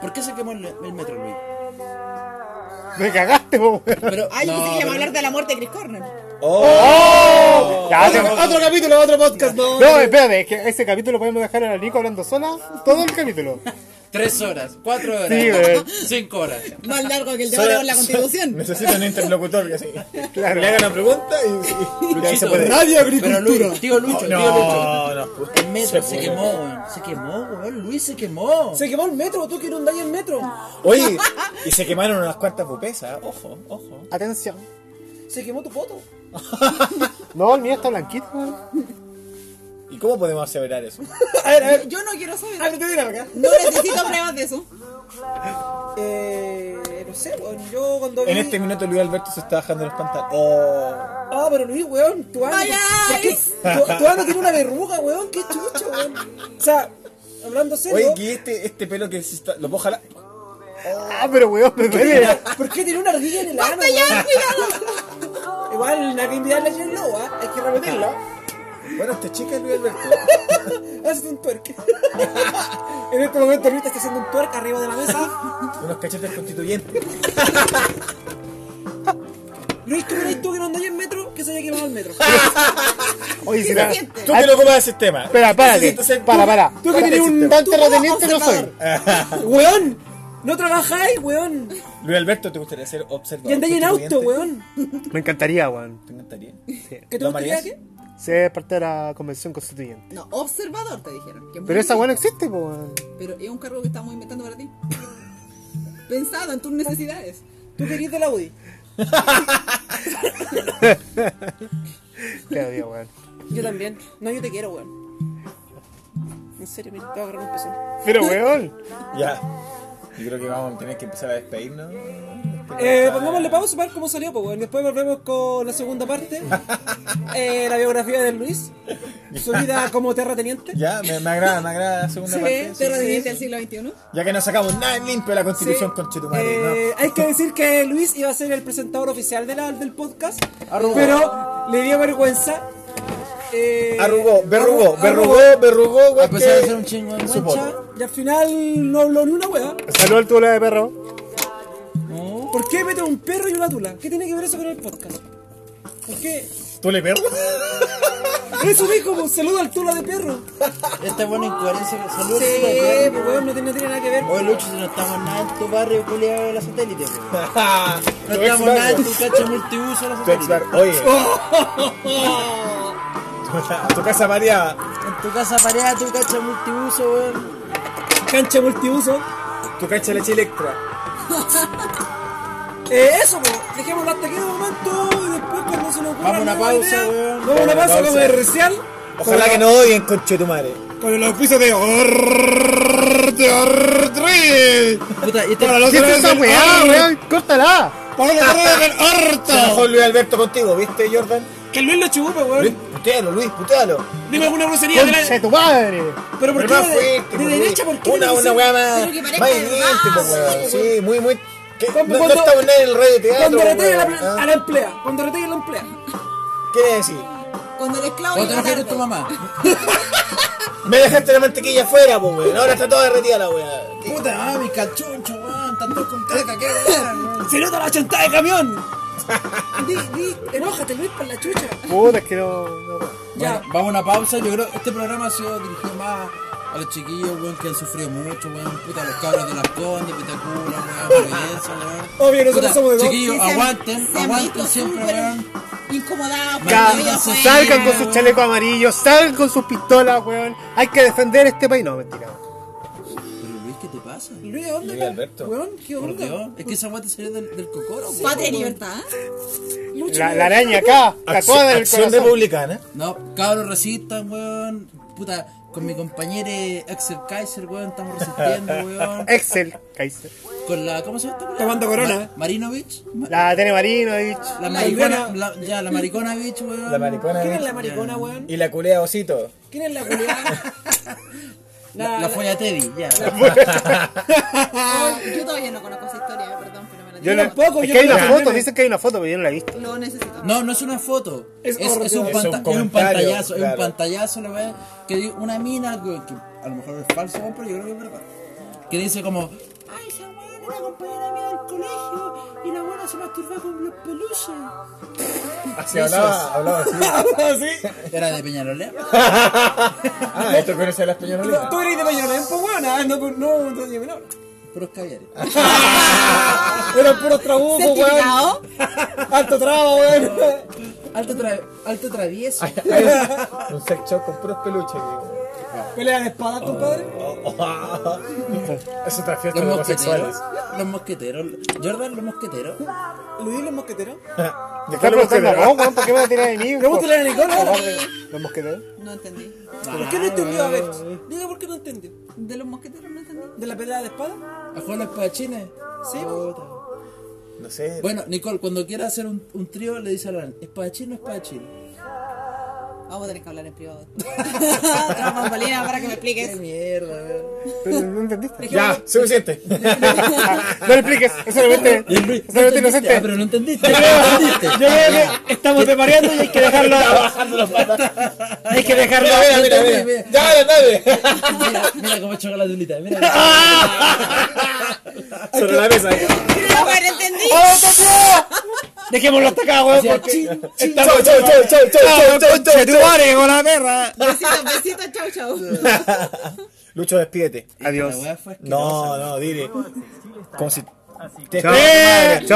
S3: ¿Por qué se quemó el, el metro, Luis?
S4: Me cagaste, po, weón.
S3: Pero,
S5: Ay, Ah,
S3: no,
S5: yo pensé que iba
S3: pero-
S5: a hablar de la muerte de Chris Corner.
S4: Ya, se-
S2: Otro, otro capítulo, otro podcast, no.
S4: No, espérate, es que ese capítulo podemos dejar a la Nico hablando sola todo el capítulo.
S3: Tres horas, cuatro horas,
S4: Sí, weón.
S3: cinco horas.
S5: Más largo que el
S1: Solo-
S5: debate con la
S1: solo-
S5: constitución.
S1: Necesita un interlocutor que así.
S4: Claro.
S1: Le haga una pregunta y, y- y ahí se puede.
S3: Radio Agricultura. Pero Luis, tío Lucho, tío Lucho.
S1: No, no.
S3: El metro se, quemó, weón. Se quemó, weón. Luis se quemó.
S2: Se quemó el metro, tú quieres un daño en metro.
S5: Ah.
S1: Oye, y se quemaron unas cuantas pupesas. ¿eh? Ojo, ojo.
S4: Atención.
S2: Se quemó tu foto.
S4: No, el mío está blanquito, weón.
S1: ¿Y cómo podemos aseverar eso?
S2: A ver, a ver.
S5: Yo no quiero saber.
S2: A ver, Ah, te voy a ir acá.
S5: No necesito pruebas de eso.
S2: Eh, no sé, weón. Yo cuando vi.
S1: En este minuto Luis Alberto se está bajando los pantalones. Oh.
S2: Ah, pero Luis, weón, tu ano.
S5: Vaya,
S2: ¿por qué?
S5: Ice.
S2: Tu, tu ano tiene una verruga, weón. Qué chucho, weón. O sea, hablando serio.
S1: Oye, que este, este pelo que se está. Lo puedo jalar.
S4: Ah, pero weón, me duele.
S2: ¿Por qué tiene una ardilla en el ano?
S5: ¡Basta ya,
S2: weón?
S5: cuidado!
S2: Igual, no hay que invitarle a Jen Lobo, ¿ah? Hay que repetirlo.
S1: Bueno, esta chica es Luis Alberto.
S2: Hazte un twerk. en este momento Luis está haciendo un twerk arriba de la mesa.
S1: Unos cachetes constituyentes.
S2: Luis, ¿qué crees tú que no andáis en metro? Que se haya quemado el metro.
S4: Oye, si
S5: se
S4: la-
S5: siente?
S1: Tú que lo comas el sistema.
S4: Espera, párate. Para, para.
S2: tú que tienes un
S4: tan
S2: tú
S4: terrateniente no soy.
S2: ¡Weón! ¡No trabajáis, weón!
S1: Luis Alberto, ¿te gustaría ser observador?
S2: Y andáis en auto,
S1: constituyente?
S2: weón.
S4: Me encantaría, weón.
S1: ¿Te encantaría?
S2: ¿Qué te
S1: ¿Lo
S2: gustaría
S1: amarías?
S2: qué?
S4: Ser parte de la convención constituyente.
S5: No, observador te dijeron. que es muy
S4: Pero esa
S5: difícil.
S4: weón existe, po, weón.
S5: Pero es un cargo que estamos inventando para ti. Pensado en tus necesidades.
S2: ¿Tú querías de la UDI?
S4: Te odio, weón.
S2: Yo también. No, yo te quiero, weón. En serio, mira, te voy a agarrar un pezón.
S4: Pero weón.
S1: Ya. Yo creo que vamos a tener que empezar a despedirnos.
S2: Eh, pongámosle pausa para ver cómo salió, pues, weón. Después volvemos con la segunda parte. Eh, la biografía de Luis. Su vida como terrateniente.
S1: Ya, me, me agrada, me agrada la segunda
S2: Sí,
S1: parte.
S5: ¿Te redimiste al siglo XXI?
S1: Ya que no sacamos nada en limpio de la constitución con
S2: Eh, Hay que decir que Luis iba a ser el presentador oficial de la- del podcast,
S3: Arrugó.
S2: pero le dio vergüenza. Eh,
S1: Arrugó, berrugó,
S2: arru-
S1: berrugó, berrugó, güey.
S3: A pesar de
S1: que-
S3: ser un chingo de
S1: Su
S3: guancha.
S1: voto.
S2: Y al final no habló ni una wea.
S4: Saludos al tula de perro.
S2: ¿Por qué mete un perro y una tula? ¿Qué tiene que ver eso con el podcast? ¿Por qué?
S1: Tú tole perro?
S2: Eso dijo, un saludo al tula de perro.
S3: Esta buena Este incoherencia. Saludos.
S2: Sí, pues weón, no tiene, no tiene nada que ver.
S3: Oye, Lucho, si no estamos nada en tu barrio culiado de la satélite. weón. No
S1: Ah, Tu
S3: estamos
S1: ex-barrio.
S3: nada en tu cacho multiuso de la
S1: Tu ex
S3: satélite.
S1: bar- Oye.
S3: Oh.
S1: Tu- tu casa variada.
S3: En tu casa pareada, tu cacho multiuso, weón.
S2: Cancha multiuso.
S1: Tu cancha de leche electra.
S2: Eh, eso, pues, dejémoslo hasta aquí de momento y después cuando se nos ocurra
S3: Vamos a una
S2: nueva
S3: pausa,
S2: idea,
S3: weón.
S2: Vamos a una pausa comercial.
S1: Ojalá que no odien, conche tu madre.
S6: Con el auspicio de Orte Ortriz.
S3: Puta, y este
S6: Para los
S4: ¿Qué es esa
S6: del
S4: weá,
S6: Or-
S4: weón? ¡Córtala!
S6: Para los horrores del Orto.
S1: Mejor Luis Alberto contigo, ¿viste, Jordan?
S2: Que Luis lo chupe,
S1: Luis,
S2: weón.
S1: putealo, Luis, putealo.
S2: Dime alguna grosería de
S4: ¡Conche
S2: la...
S4: tu madre!
S2: Pero por
S1: Pero
S2: qué
S1: más
S2: de, de
S1: fuerte, pues,
S2: derecha,
S1: Luis.
S2: por qué
S1: Una,
S2: de
S1: una
S2: derecha?
S1: weá más.
S5: Pero que parezca
S1: Más
S5: de
S1: evidente, pues,
S5: verdad,
S1: weón. Sí, muy, muy. que No,
S2: Cuando-
S1: no
S2: cuando-
S1: estamos nadie en el radio teatro.
S2: Cuando retegue a la,
S1: weón,
S2: pl- a
S1: ¿ah?
S2: la emplea, cuando retegue a la emplea.
S1: ¿Qué le decís?
S5: Cuando el esclavo
S3: Otra
S5: llega
S3: vez
S5: tarde.
S3: con tu mamá.
S1: Me dejaste la mantequilla afuera, pues, weón. Ahora está toda derretida la weá.
S3: Puta, mami, cachoncho, weón. Tanto con caca, qué weón.
S2: Se nota la chantada de camión. di, di, enójate Luis por la chucha.
S4: Puta, es que no. no.
S3: Bueno, vamos a una pausa. Yo creo que este programa ha sido dirigido más a los chiquillos, weón, que han sufrido mucho, weón. Puta, los cabros de las condes, Vitacura, weón, Providencia, weón.
S2: Obvio, nosotros
S3: Puta,
S2: somos de dos.
S5: Sí,
S3: Chiquillos,
S5: se han-
S3: aguanten,
S5: se han visto
S3: aguanten siempre,
S5: súper
S3: weón.
S5: Incomodados por
S4: Ca-
S5: la vida afuera.
S4: Salgan con sus chalecos amarillos, salgan con sus pistolas, weón. Hay que defender este país. No, mentira.
S3: Pero Luis, ¿qué te pasa?
S2: Luis, ¿dónde?
S1: Luis Alberto.
S2: Weón, qué
S3: Por Dios,
S2: onda.
S3: es que esa weá te salió del, del cocoro, weón.
S5: Patria y libertad.
S2: Lucha,
S4: La,
S2: Luis.
S4: la araña acá, tatuada en el
S1: Acción
S4: corazón.
S1: republicana.
S3: No, cabros, resistan, weón. Puta, con mi compañero eh, Axel Kaiser, weón, estamos resistiendo, weón.
S4: Excel, Kaiser.
S3: Con la, ¿cómo se llama esta weá?
S2: Tomando corona.
S3: Ma- Marinovich. Ma-
S4: La Tene Marinovich.
S3: la maricona,
S2: Ivana.
S3: la- ya, la maricona, bitch, weón.
S1: La maricona.
S2: Ah, ¿Quién es
S1: ¿eh?
S2: la maricona, weón?
S1: Y la culea osito.
S2: ¿Quién es la culiada?
S3: La, la folla Teddy, ya.
S5: Oh, yo todavía no conozco esa historia, eh, perdón, pero me la
S4: Yo
S5: digo.
S4: no-
S2: tampoco,
S4: es
S2: Ah. yo
S4: que hay
S2: no
S4: una
S2: la-
S4: foto, dicen que hay una foto, pero yo no la he visto.
S5: Lo necesito.
S3: No, no es una foto.
S2: Es
S3: Es,
S2: horrible.
S3: es un,
S1: Es un
S3: panta- es un
S1: comentario,
S3: pantallazo, es
S1: claro.
S3: un pantallazo, la verdad. Que di- una mina, güey, que a lo mejor es falso, güey, pero yo creo que es verdad. Que dice como, ay, esa weá era la compañera mía del colegio y la buena se masturba con los peluches.
S1: Así hablaba, hablaba así.
S2: Así.
S3: Era de Peñarolea.
S1: Ah, esto conoce a las peñonolas.
S2: No, tú eres de Peñarolén, pues weón. Ah, no, pues, no, no, no, no.
S3: Puros caviares.
S2: Eran puros trabucos, weón.
S5: ¿Certificado?
S2: Alto trabo, weón.
S3: Alto, tra- alto travieso.
S1: Un sex shop con puros peluches, digo.
S2: Pelea de espadas, compadre.
S1: Es otra fiesta
S3: Los
S1: de
S3: mosqueteros.
S1: homosexuales.
S3: Los mosqueteros. Jordan, los mosqueteros.
S2: Luis los mosqueteros.
S4: Me estás preguntando a vos, weón, ¿por qué me la tirás de mí?
S2: Pregúntale a la Nicola.
S4: Los mosqueteros.
S5: No entendí.
S2: ¿Por qué no entendió? A ver, diga por qué no entendió.
S5: ¿De los mosqueteros no entendí?
S2: ¿De la pelea de espada?
S3: ¿A jugar los espadachines?
S2: Sí,
S3: Puta.
S1: No sé.
S3: Bueno, Nicole, cuando quiera hacer un, un trío, le dice a Alan, ¿espadachín o espadachín?
S5: Vamos a tener que hablar en privado. Tras bambalinas para que me expliques.
S3: mierda,
S4: Pero no entendiste.
S1: Ya, suficiente.
S4: No le expliques, es solamente,
S3: Y el Luis,
S4: es
S3: no
S4: solamente
S3: entendiste, ah,
S4: inocente.
S3: pero no entendiste, no entendiste.
S4: Yo creo que estamos demareando y hay que dejarlo. Hay que dejarlo.
S1: Mira, mira, mira, mira. Ya, dale, dale.
S3: Mira, mira cómo choca la tulita, mira.
S1: Sobre la mesa. eh.
S5: No, pero entendí.
S2: Oh.
S4: Dejémoslo hasta acá, weón,
S3: Hacía
S4: porque.
S3: chin,
S1: Chau, chau, chau, chau, chau, chau, chau, chau.
S4: con la perra!
S5: Besitos, besitos, chau, chau.
S1: Lucho, despídete.
S4: Adiós.
S3: La weá fue asquerosa.
S1: No,
S4: Eh,
S1: no, dile. Como si. Te
S4: Chao,